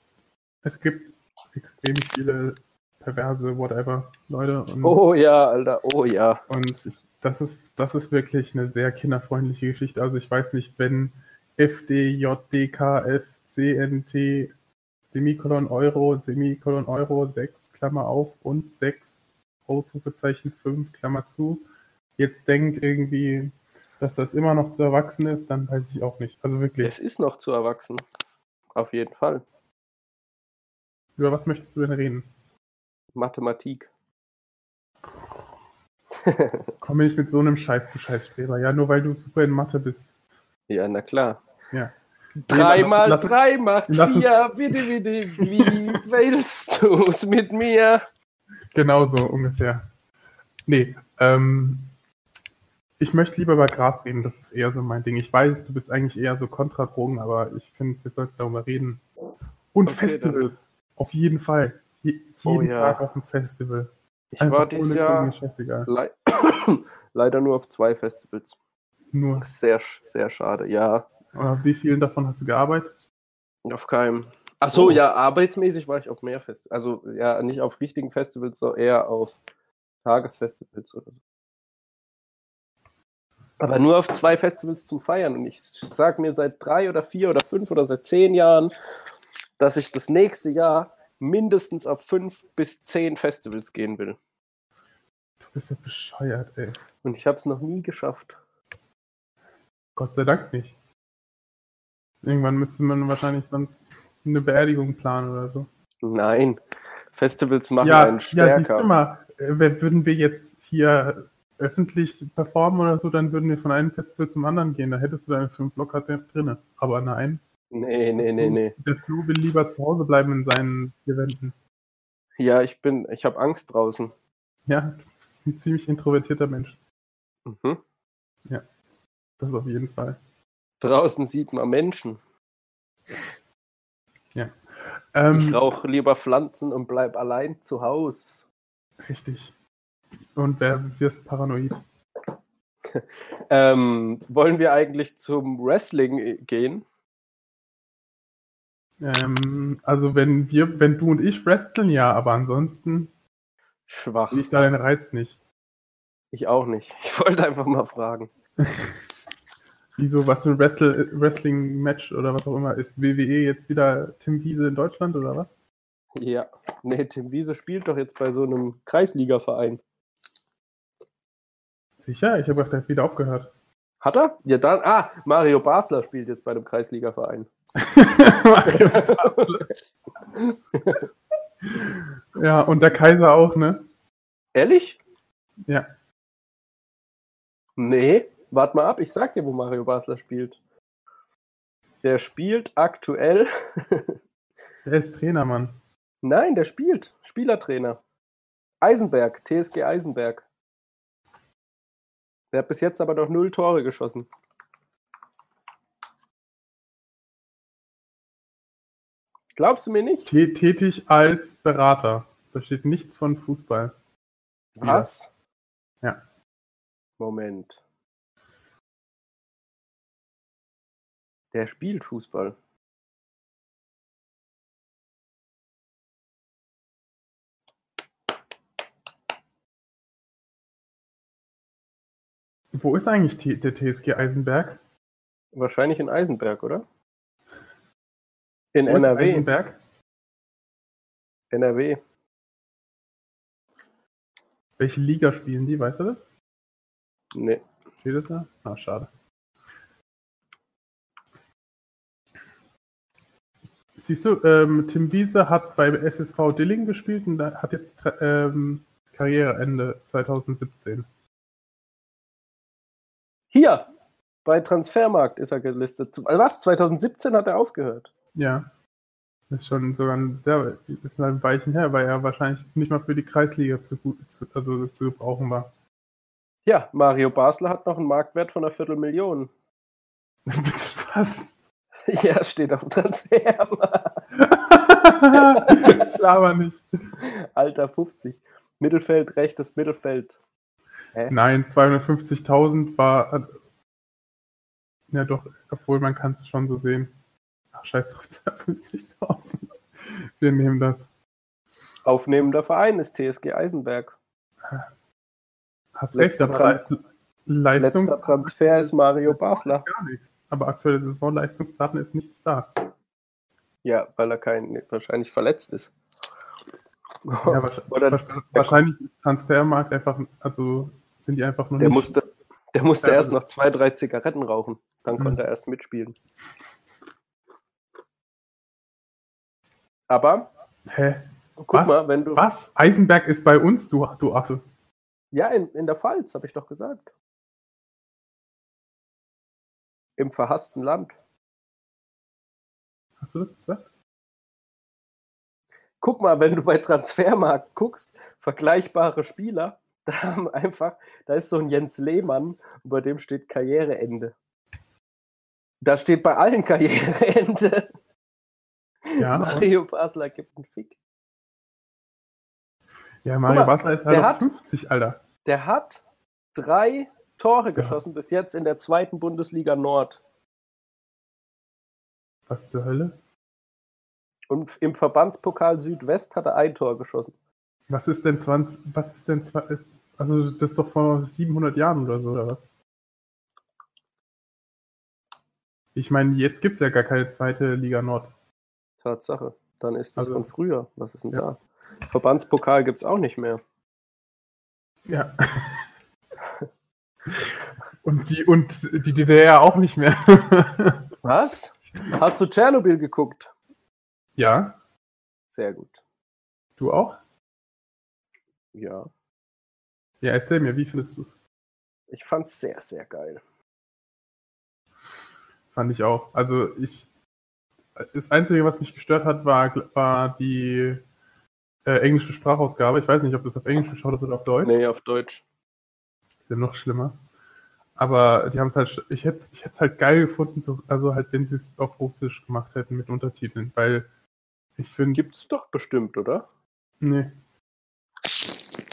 S2: es gibt extrem viele perverse, whatever, Leute. Und
S1: Oh ja, Alter, oh ja.
S2: Und ich, das ist, das ist wirklich eine sehr kinderfreundliche Geschichte. Also ich weiß nicht, wenn FD, JD, KF, CNT, Semikolon Euro, Semikolon Euro, 6, Klammer auf und 6, Ausrufezeichen 5, Klammer zu, jetzt denkt irgendwie, dass das immer noch zu erwachsen ist, dann weiß ich auch nicht. Also wirklich,
S1: Es ist noch zu erwachsen. Auf jeden Fall.
S2: über was möchtest du denn reden?
S1: Mathematik.
S2: Komm mir nicht mit so einem Scheiß, du Scheißstreber. Ja, nur weil du super in Mathe bist.
S1: Ja, na klar.
S2: Ja.
S1: Drei
S2: Nee,
S1: mal
S2: lass- lass-
S1: drei macht
S2: lass uns-
S1: vier. Bitte, bitte, wie willst du es mit mir?
S2: Genau so ungefähr. Nee, ähm, ich möchte lieber über Gras reden, das ist eher so mein Ding. Ich weiß, du bist eigentlich eher so kontra Drogen, aber ich finde, wir sollten darüber reden. Und
S1: Okay,
S2: Festivals, auf jeden Fall. Je,
S1: Oh
S2: jeden
S1: ja.
S2: Tag auf dem Festival.
S1: Ich war dieses
S2: ohne
S1: Jahr
S2: Gründe, scheißegal.
S1: lei leider nur auf zwei Festivals.
S2: Nur.
S1: Sehr, sch- sehr schade. Ja,
S2: Äh, wie vielen davon hast du gearbeitet?
S1: auf keinem. Ach so,
S2: Oh.
S1: ja, arbeitsmäßig war ich auf mehr Festivals. Also, ja, nicht auf richtigen Festivals, sondern eher auf Tagesfestivals oder so. Aber nur auf zwei Festivals zum Feiern. Und ich sag mir seit drei oder vier oder fünf oder seit zehn Jahren, dass ich das nächste Jahr mindestens auf fünf bis zehn Festivals gehen will.
S2: Du bist ja bescheuert, ey.
S1: Und ich habe es noch nie geschafft.
S2: Gott sei Dank nicht. Irgendwann müsste man wahrscheinlich sonst eine Beerdigung planen oder so.
S1: Nein, Festivals machen
S2: ja,
S1: einen
S2: ja,
S1: stärker.
S2: siehst du mal, äh, wer- würden wir jetzt hier öffentlich performen oder so, dann würden wir von einem Festival zum anderen gehen. Da hättest du deine fünf locker drinne. Aber nein,
S1: Nee, nee, nee, nee.
S2: der Flo will lieber zu Hause bleiben in seinen vier Wänden.
S1: Ja, ich bin, ich habe Angst draußen.
S2: Ja, du bist ein ziemlich introvertierter Mensch.
S1: Mhm.
S2: Das auf jeden Fall.
S1: Draußen sieht man Menschen. Ich
S2: Ähm,
S1: rauche lieber Pflanzen und bleib allein zu Hause.
S2: richtig. Und wer wirst paranoid?
S1: Ähm, wollen wir eigentlich zum Wrestling äh, gehen?
S2: Ähm, also wenn wir, wenn du und ich wresteln, ja, aber ansonsten
S1: Schwach.
S2: sehe ich da den Reiz nicht.
S1: Ich auch nicht. Ich wollte einfach mal fragen.
S2: Wieso, was für ein Wrestle- Wrestling-Match oder was auch immer? Ist WWE jetzt wieder Tim Wiese in Deutschland oder was?
S1: Ja. Nee, Tim Wiese spielt doch jetzt bei so einem Kreisligaverein.
S2: Sicher? Ich habe gedacht, er hat wieder aufgehört.
S1: Hat er? Ja, dann. Ah, Mario Basler spielt jetzt bei einem Kreisligaverein.
S2: Mario Basler. ja, und der Kaiser auch, ne?
S1: Ehrlich?
S2: Ja.
S1: Nee, warte mal ab, ich sag dir, wo Mario Basler spielt. Der spielt aktuell.
S2: Der ist Trainer, Mann.
S1: Nein, der spielt. Spielertrainer. Eisenberg, TSG Eisenberg. Der hat bis jetzt aber noch null Tore geschossen. Glaubst du mir nicht?
S2: Tä- Tätig als Berater. Da steht nichts von Fußball.
S1: Was?
S2: Ja.
S1: Moment. Der spielt Fußball.
S2: Wo ist eigentlich T der TSG Eisenberg?
S1: Wahrscheinlich in Eisenberg, oder? In
S2: Wo ist
S1: NRW.
S2: Eisenberg?
S1: NRW.
S2: Welche Liga spielen die? Weißt du das?
S1: Nee.
S2: Steht das da? Na, Ah, schade. Siehst du, ähm, Tim Wiese hat bei SSV Dilling gespielt und da- hat jetzt tra- ähm, Karriereende 2017.
S1: Hier! Bei Transfermarkt ist er gelistet. Zu- also Was? 2017 hat er aufgehört.
S2: Ja. Ist schon sogar ein sehr, ist ein Weichen her, weil er wahrscheinlich nicht mal für die Kreisliga zu gut, zu, also zu gebrauchen war.
S1: Ja, Mario Basler hat noch einen Marktwert von einer Viertelmillion.
S2: Was?
S1: Ja, steht auf dem Transfermarkt.
S2: Aber nicht.
S1: Alter 50. Mittelfeld, rechtes Mittelfeld.
S2: Nein, 250.000 war. hat- Ja, doch, obwohl man kann es schon so sehen. Ach, scheiß drauf, 250.000. Wir nehmen das.
S1: Aufnehmender Verein ist TSG Eisenberg.
S2: Hast
S1: Letzter
S2: recht,
S1: Trans-
S2: Le- Leistungs
S1: Letzter Transfer ist Mario Basler.
S2: gar nichts. Aber aktuelle Saisonleistungsdaten ist nichts da.
S1: Ja, weil er kein, wahrscheinlich verletzt ist.
S2: Ja, wahrscheinlich,
S1: Oder
S2: wahrscheinlich ist Transfermarkt einfach, also sind die einfach nur
S1: der
S2: nicht.
S1: musste, der musste
S2: Ja. also
S1: erst noch zwei, drei Zigaretten rauchen. Dann
S2: Mhm.
S1: konnte er erst mitspielen. Aber,
S2: Hä?
S1: guck
S2: Was?
S1: mal, wenn du.
S2: Was? Eisenberg ist bei uns, du, du Affe.
S1: Ja, in, in der Pfalz, habe ich doch gesagt. Im verhassten Land.
S2: Hast du das gesagt?
S1: Guck mal, wenn du bei Transfermarkt guckst, vergleichbare Spieler, da haben einfach, da ist so ein Jens Lehmann, und bei dem steht Karriereende. Da steht bei allen Karriereende.
S2: Ja. und-
S1: Mario Basler gibt einen Fick.
S2: Ja, Mario
S1: Guck mal,
S2: Basler ist
S1: der
S2: halt
S1: hat-
S2: auf 50, Alter.
S1: Der hat drei Tore geschossen bis jetzt in der zweiten Bundesliga Nord.
S2: Was zur Hölle?
S1: Und im Verbandspokal Südwest hat er ein Tor geschossen.
S2: Was ist denn 20, was ist denn zwei, also das ist doch vor 700 Jahren oder so, oder was? Ich meine, jetzt gibt es ja gar keine zweite Liga Nord.
S1: Tatsache. Dann ist das
S2: Also-
S1: von früher. Was ist denn
S2: Ja.
S1: da? Verbandspokal gibt es auch nicht mehr.
S2: Ja. und, die, und die DDR auch nicht mehr.
S1: Was? Hast du Tschernobyl geguckt?
S2: ja,
S1: Sehr gut.
S2: du auch?
S1: Ja.
S2: Ja, erzähl mir, wie findest du es?
S1: Ich fand's sehr, sehr geil.
S2: Fand ich auch. Also ich. Das Einzige, was mich gestört hat, war, war die äh, englische Sprachausgabe. Ich weiß nicht, ob das auf Englisch geschaut ist oder auf Deutsch.
S1: Nee, auf Deutsch.
S2: Ist ja noch schlimmer. Aber die haben es halt, ich hätte ich hätte es halt geil gefunden, so, also halt, wenn sie es auf Russisch gemacht hätten mit Untertiteln, weil ich finde,
S1: Gibt's doch bestimmt, oder?
S2: nee.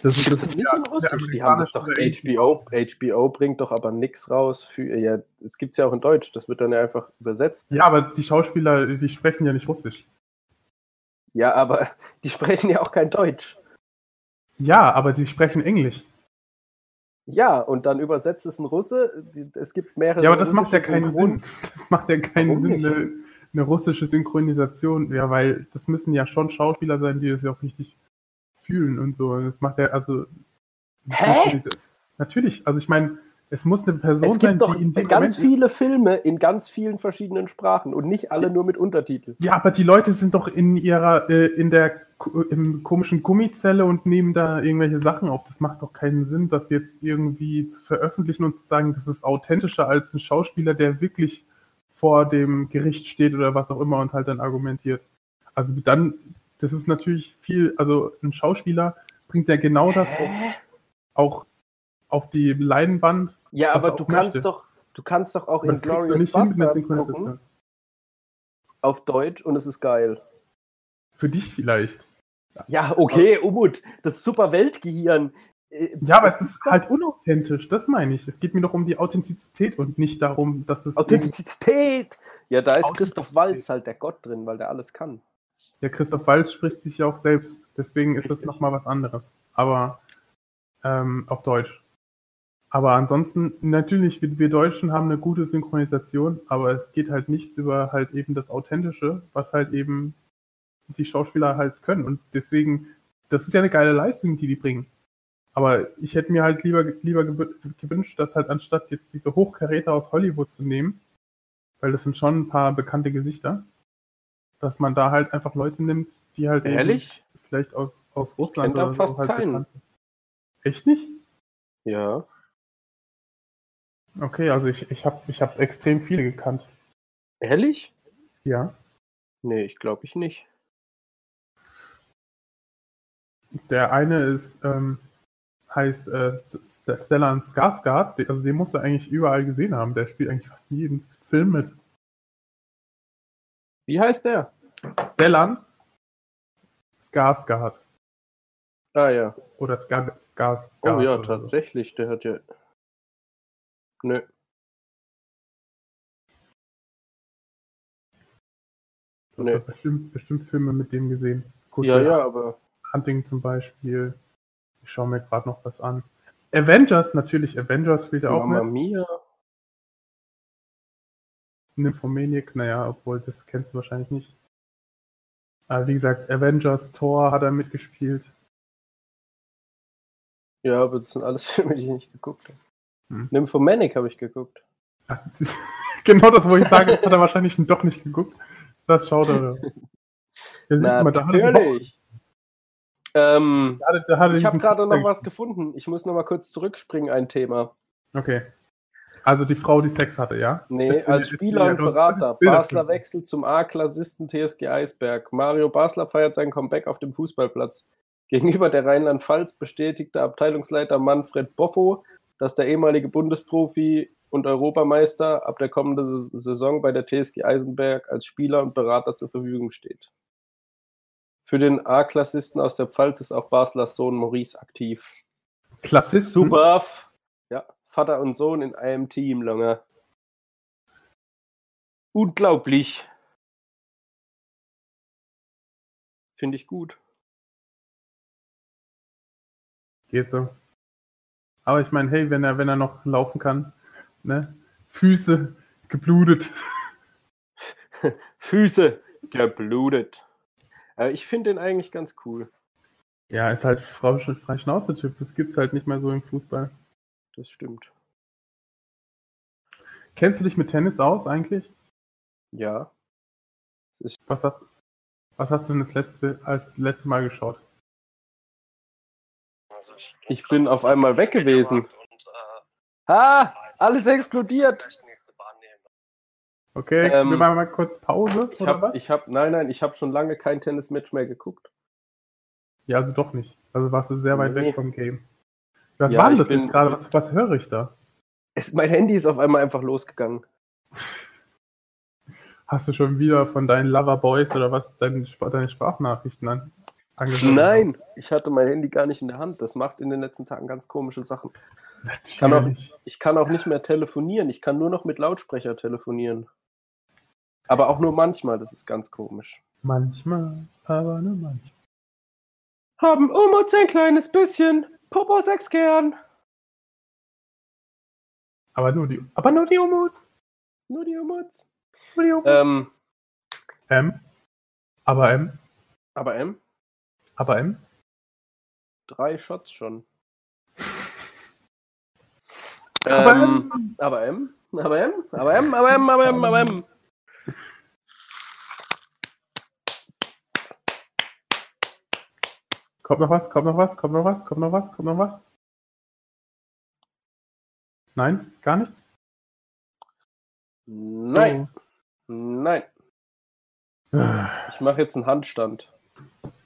S2: Das, ist- das ist ja,
S1: in
S2: das ist ja
S1: Russisch. Die haben das doch
S2: amerikanische-
S1: HBO. HBO bringt doch aber nix raus für. Ja, es gibt's ja auch in Deutsch. Das wird dann ja einfach übersetzt.
S2: Ja, aber die Schauspieler, die sprechen ja nicht Russisch.
S1: Ja, aber die sprechen ja auch kein Deutsch.
S2: Ja, aber sie sprechen Englisch.
S1: Ja, und dann übersetzt es ein Russe. Die- Es gibt mehrere.
S2: Ja, aber das macht ja
S1: russische
S2: keinen
S1: Synchron-
S2: Sinn. Das macht ja keinen
S1: Warum
S2: Sinn,
S1: nicht?
S2: eine, eine russische Synchronisation. Ja, weil das müssen ja schon Schauspieler sein, die das ja auch richtig fühlen und so. Und Das macht ja, also.
S1: Hä?
S2: Natürlich, also ich meine, es muss eine Person
S1: Es
S2: sein,
S1: gibt doch
S2: in dem
S1: ganz
S2: Moment-
S1: viele Filme in ganz vielen verschiedenen Sprachen und nicht alle nur mit Untertiteln.
S2: Ja, aber die Leute sind doch in ihrer, äh, in der ko- im komischen Gummizelle und nehmen da irgendwelche Sachen auf. Das macht doch keinen Sinn, das jetzt irgendwie zu veröffentlichen und zu sagen, das ist authentischer als ein Schauspieler, der wirklich vor dem Gericht steht oder was auch immer und halt dann argumentiert. Also dann, das ist natürlich viel, also ein Schauspieler bringt ja genau das auch,
S1: Hä?
S2: auch auf die Leinwand.
S1: Ja,
S2: Was
S1: aber
S2: auch
S1: du kannst
S2: möchte.
S1: doch, du kannst doch auch
S2: Aber
S1: in
S2: Das kriegst du
S1: Glorious
S2: nicht hin mit einer
S1: Bastards gucken
S2: Synchronisation.
S1: auf Deutsch und es ist geil.
S2: Für dich vielleicht.
S1: Ja, okay, Umut, das super Weltgehirn. Äh,
S2: Ja, aber es ist halt unauthentisch, das meine ich. Es geht mir doch um die Authentizität und nicht darum, dass es.
S1: äh, Authentizität! Ja, da ist
S2: Authentizität.
S1: Christoph Walz halt der Gott drin, weil der alles kann.
S2: Der Christoph Waltz spricht sich ja auch selbst. Deswegen ist das
S1: Richtig.
S2: nochmal was anderes. Aber ähm, auf Deutsch. Aber ansonsten, natürlich, wir, wir Deutschen haben eine gute Synchronisation, aber es geht halt nichts über halt eben das Authentische, was halt eben die Schauspieler halt können. Und deswegen, das ist ja eine geile Leistung, die die bringen. Aber ich hätte mir halt lieber, lieber gewü- gewünscht, dass halt anstatt jetzt diese Hochkaräter aus Hollywood zu nehmen, weil das sind schon ein paar bekannte Gesichter, dass man da halt einfach Leute nimmt, die halt eben vielleicht aus, aus Russland
S1: kenn da
S2: oder
S1: fast
S2: so halt
S1: keinen.
S2: bekannt sind. Echt nicht?
S1: Ja.
S2: Okay, also ich, ich habe ich hab extrem viele gekannt.
S1: Ehrlich?
S2: Ja.
S1: Nee, ich glaube ich nicht.
S2: Der eine ist, ähm, heißt äh, S- S- Stellan Skarsgård, De- also den musst du eigentlich überall gesehen haben. Der spielt eigentlich fast in jedem Film mit.
S1: Wie heißt der?
S2: Stellan Skarsgård
S1: Ah ja.
S2: oder Skar Skarsgård.
S1: Oh ja,
S2: oder so.
S1: tatsächlich, der hat ja. Nö.
S2: Du hast ja
S1: Nee.
S2: bestimmt, bestimmt Filme mit dem gesehen. Gut,
S1: Ja,
S2: der
S1: ja, aber.
S2: Hunting zum Beispiel. Ich schaue mir gerade noch was an. Avengers, natürlich. Avengers spielt er auch
S1: Mama
S2: mit.
S1: Mia.
S2: Nymphomaniac, naja, obwohl das kennst du wahrscheinlich nicht. Aber wie gesagt, Avengers, Thor hat er mitgespielt.
S1: Ja, aber das sind alles Filme, die ich nicht geguckt habe.
S2: Hm.
S1: Nymphomanic habe ich geguckt.
S2: Ach, das ist- genau das, wo ich sage, das hat er wahrscheinlich doch nicht geguckt. Das schaut er. Das ist immer, da hat er, überhaupt-
S1: Natürlich. Ähm,
S2: da hat er, da hat er
S1: Ich habe
S2: diesen
S1: gerade noch
S2: Kick
S1: was gefunden. Ich muss noch mal kurz zurückspringen, ein Thema.
S2: Okay. Also die Frau, die Sex hatte, ja?
S1: Nee,
S2: Erzähl mir-
S1: als
S2: erzähl
S1: Spieler
S2: mir,
S1: und
S2: du hast
S1: Berater.
S2: Bilder
S1: Basler
S2: gefunden.
S1: wechselt zum A-Klassisten TSG Eisberg. Mario Basler feiert sein Comeback auf dem Fußballplatz. Gegenüber der Rheinland-Pfalz bestätigte Abteilungsleiter Manfred Boffo, dass der ehemalige Bundesprofi und Europameister ab der kommenden S- Saison bei der TSG Eisenberg als Spieler und Berater zur Verfügung steht. Für den A-Klassisten aus der Pfalz ist auch Baslers Sohn Maurice aktiv.
S2: Klassist.
S1: Super. Ja, Vater und Sohn in einem Team, Lange. Unglaublich. Finde ich gut.
S2: Hm? Geht so. Aber ich meine, hey, wenn er, wenn er noch laufen kann, ne? Füße geblutet.
S1: Füße geblutet. Aber ich finde den eigentlich ganz cool.
S2: Ja, ist halt Frau frei Schnauze-Typ. Das gibt's halt nicht mehr so im Fußball.
S1: Das stimmt.
S2: Kennst du dich mit Tennis aus eigentlich?
S1: Ja.
S2: Was hast, was hast du denn das letzte, als letzte Mal geschaut?
S3: Also
S1: Ich bin auf einmal weg gewesen.
S3: Und, äh,
S1: Ah, alles explodiert.
S3: Vielleicht die nächste Bahn nehmen.
S2: Okay,
S1: Ähm,
S2: wir machen mal kurz Pause,
S1: Ich
S2: oder
S1: hab,
S2: was?
S1: ich hab, nein, nein, ich habe schon lange kein Tennismatch mehr geguckt.
S2: Ja, also doch nicht. Also warst du sehr weit
S1: Nee.
S2: weg vom Game. Was
S1: Ja,
S2: war denn
S1: ich
S2: das
S1: bin-
S2: jetzt gerade? Was, was höre ich da?
S1: Es, mein Handy ist auf einmal einfach losgegangen.
S2: Hast du schon wieder von deinen Loverboys oder was deine, Sp- deine Sprachnachrichten an? angehört?
S1: Nein, ich hatte mein Handy gar nicht in der Hand. Das macht in den letzten Tagen ganz komische Sachen. Kann auch-
S2: Natürlich.
S1: Ich kann auch nicht mehr telefonieren. Ich kann nur noch mit Lautsprecher telefonieren. Aber auch nur manchmal. Das ist ganz komisch.
S2: Manchmal, aber nur manchmal.
S1: Haben um uns ein kleines bisschen. Popo sechs Kern.
S2: Aber nur die, aber nur die Umut.
S1: Nur die Umuts.
S2: Nur die Umut.
S1: Ähm,
S2: M. Aber M.
S1: aber M,
S2: Aber M.
S1: drei Shots schon.
S2: Aber
S1: Ähm, aber M, aber M, aber M, aber M, aber M, aber M.
S2: Kommt noch was, kommt noch was, kommt noch was, kommt noch was, kommt noch was? Nein, gar nichts?
S1: Nein, nein.
S2: Oh.
S1: Ich mache jetzt einen Handstand.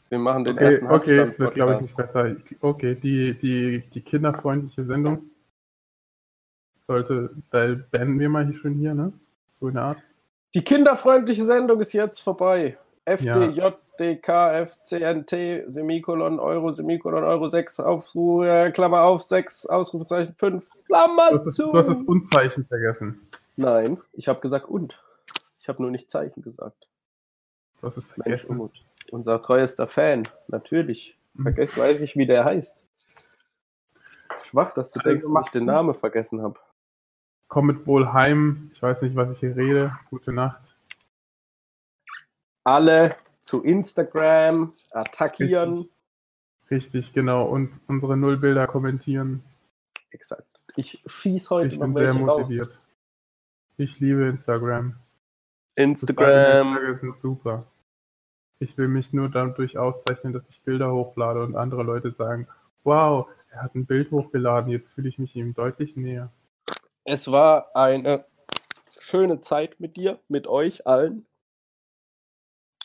S1: Wir machen den
S2: Okay,
S1: ersten
S2: Äh, okay,
S1: Handstand.
S2: es wird, glaube ich, nicht besser. Ich- Okay, die, die, die kinderfreundliche Sendung sollte, da beenden wir mal hier schon hier, ne? So eine Art.
S1: Die kinderfreundliche Sendung ist jetzt vorbei. FDJ, DK, FCNT, Semikolon, Euro, Semikolon, Euro 6, Aufruhr, äh, Klammer auf, 6, Ausrufezeichen 5,
S2: Du
S1: Klammer
S2: hast, das-
S1: zu.
S2: du hast das Unzeichen vergessen.
S1: Nein, ich habe gesagt und. Ich habe nur nicht Zeichen gesagt.
S2: Du hast es
S1: Mensch,
S2: vergessen.
S1: Umut. Unser treuester Fan, natürlich. Vergessen weiß ich, wie der heißt. Schwach, dass du
S2: Also
S1: denkst, dass ich
S2: macht-
S1: den Namen vergessen habe.
S2: Kommt wohl heim. Ich weiß nicht, was ich hier rede. Gute Nacht.
S1: Alle zu Instagram attackieren.
S2: Richtig. Richtig, genau. Und unsere Nullbilder kommentieren.
S1: Exakt. Ich schieß heute
S2: ich
S1: noch
S2: bin
S1: welche
S2: sehr motiviert.
S1: raus.
S2: Ich liebe Instagram.
S1: Instagram.
S2: Instagram sind super. Ich will mich nur dadurch auszeichnen, dass ich Bilder hochlade und andere Leute sagen, wow, er hat ein Bild hochgeladen, jetzt fühle ich mich ihm deutlich näher.
S1: Es war eine schöne Zeit mit dir, mit euch allen.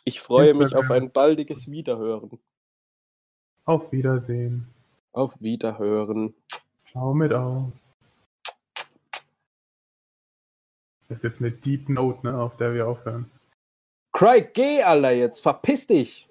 S1: Ich freue mich
S2: Instagram.
S1: auf ein baldiges Wiederhören.
S2: Auf Wiedersehen.
S1: Auf Wiederhören.
S2: Ciao mit auf. Das ist jetzt eine Deep Note, ne, auf der wir aufhören.
S1: Craig, geh, Alter, jetzt. Verpiss dich.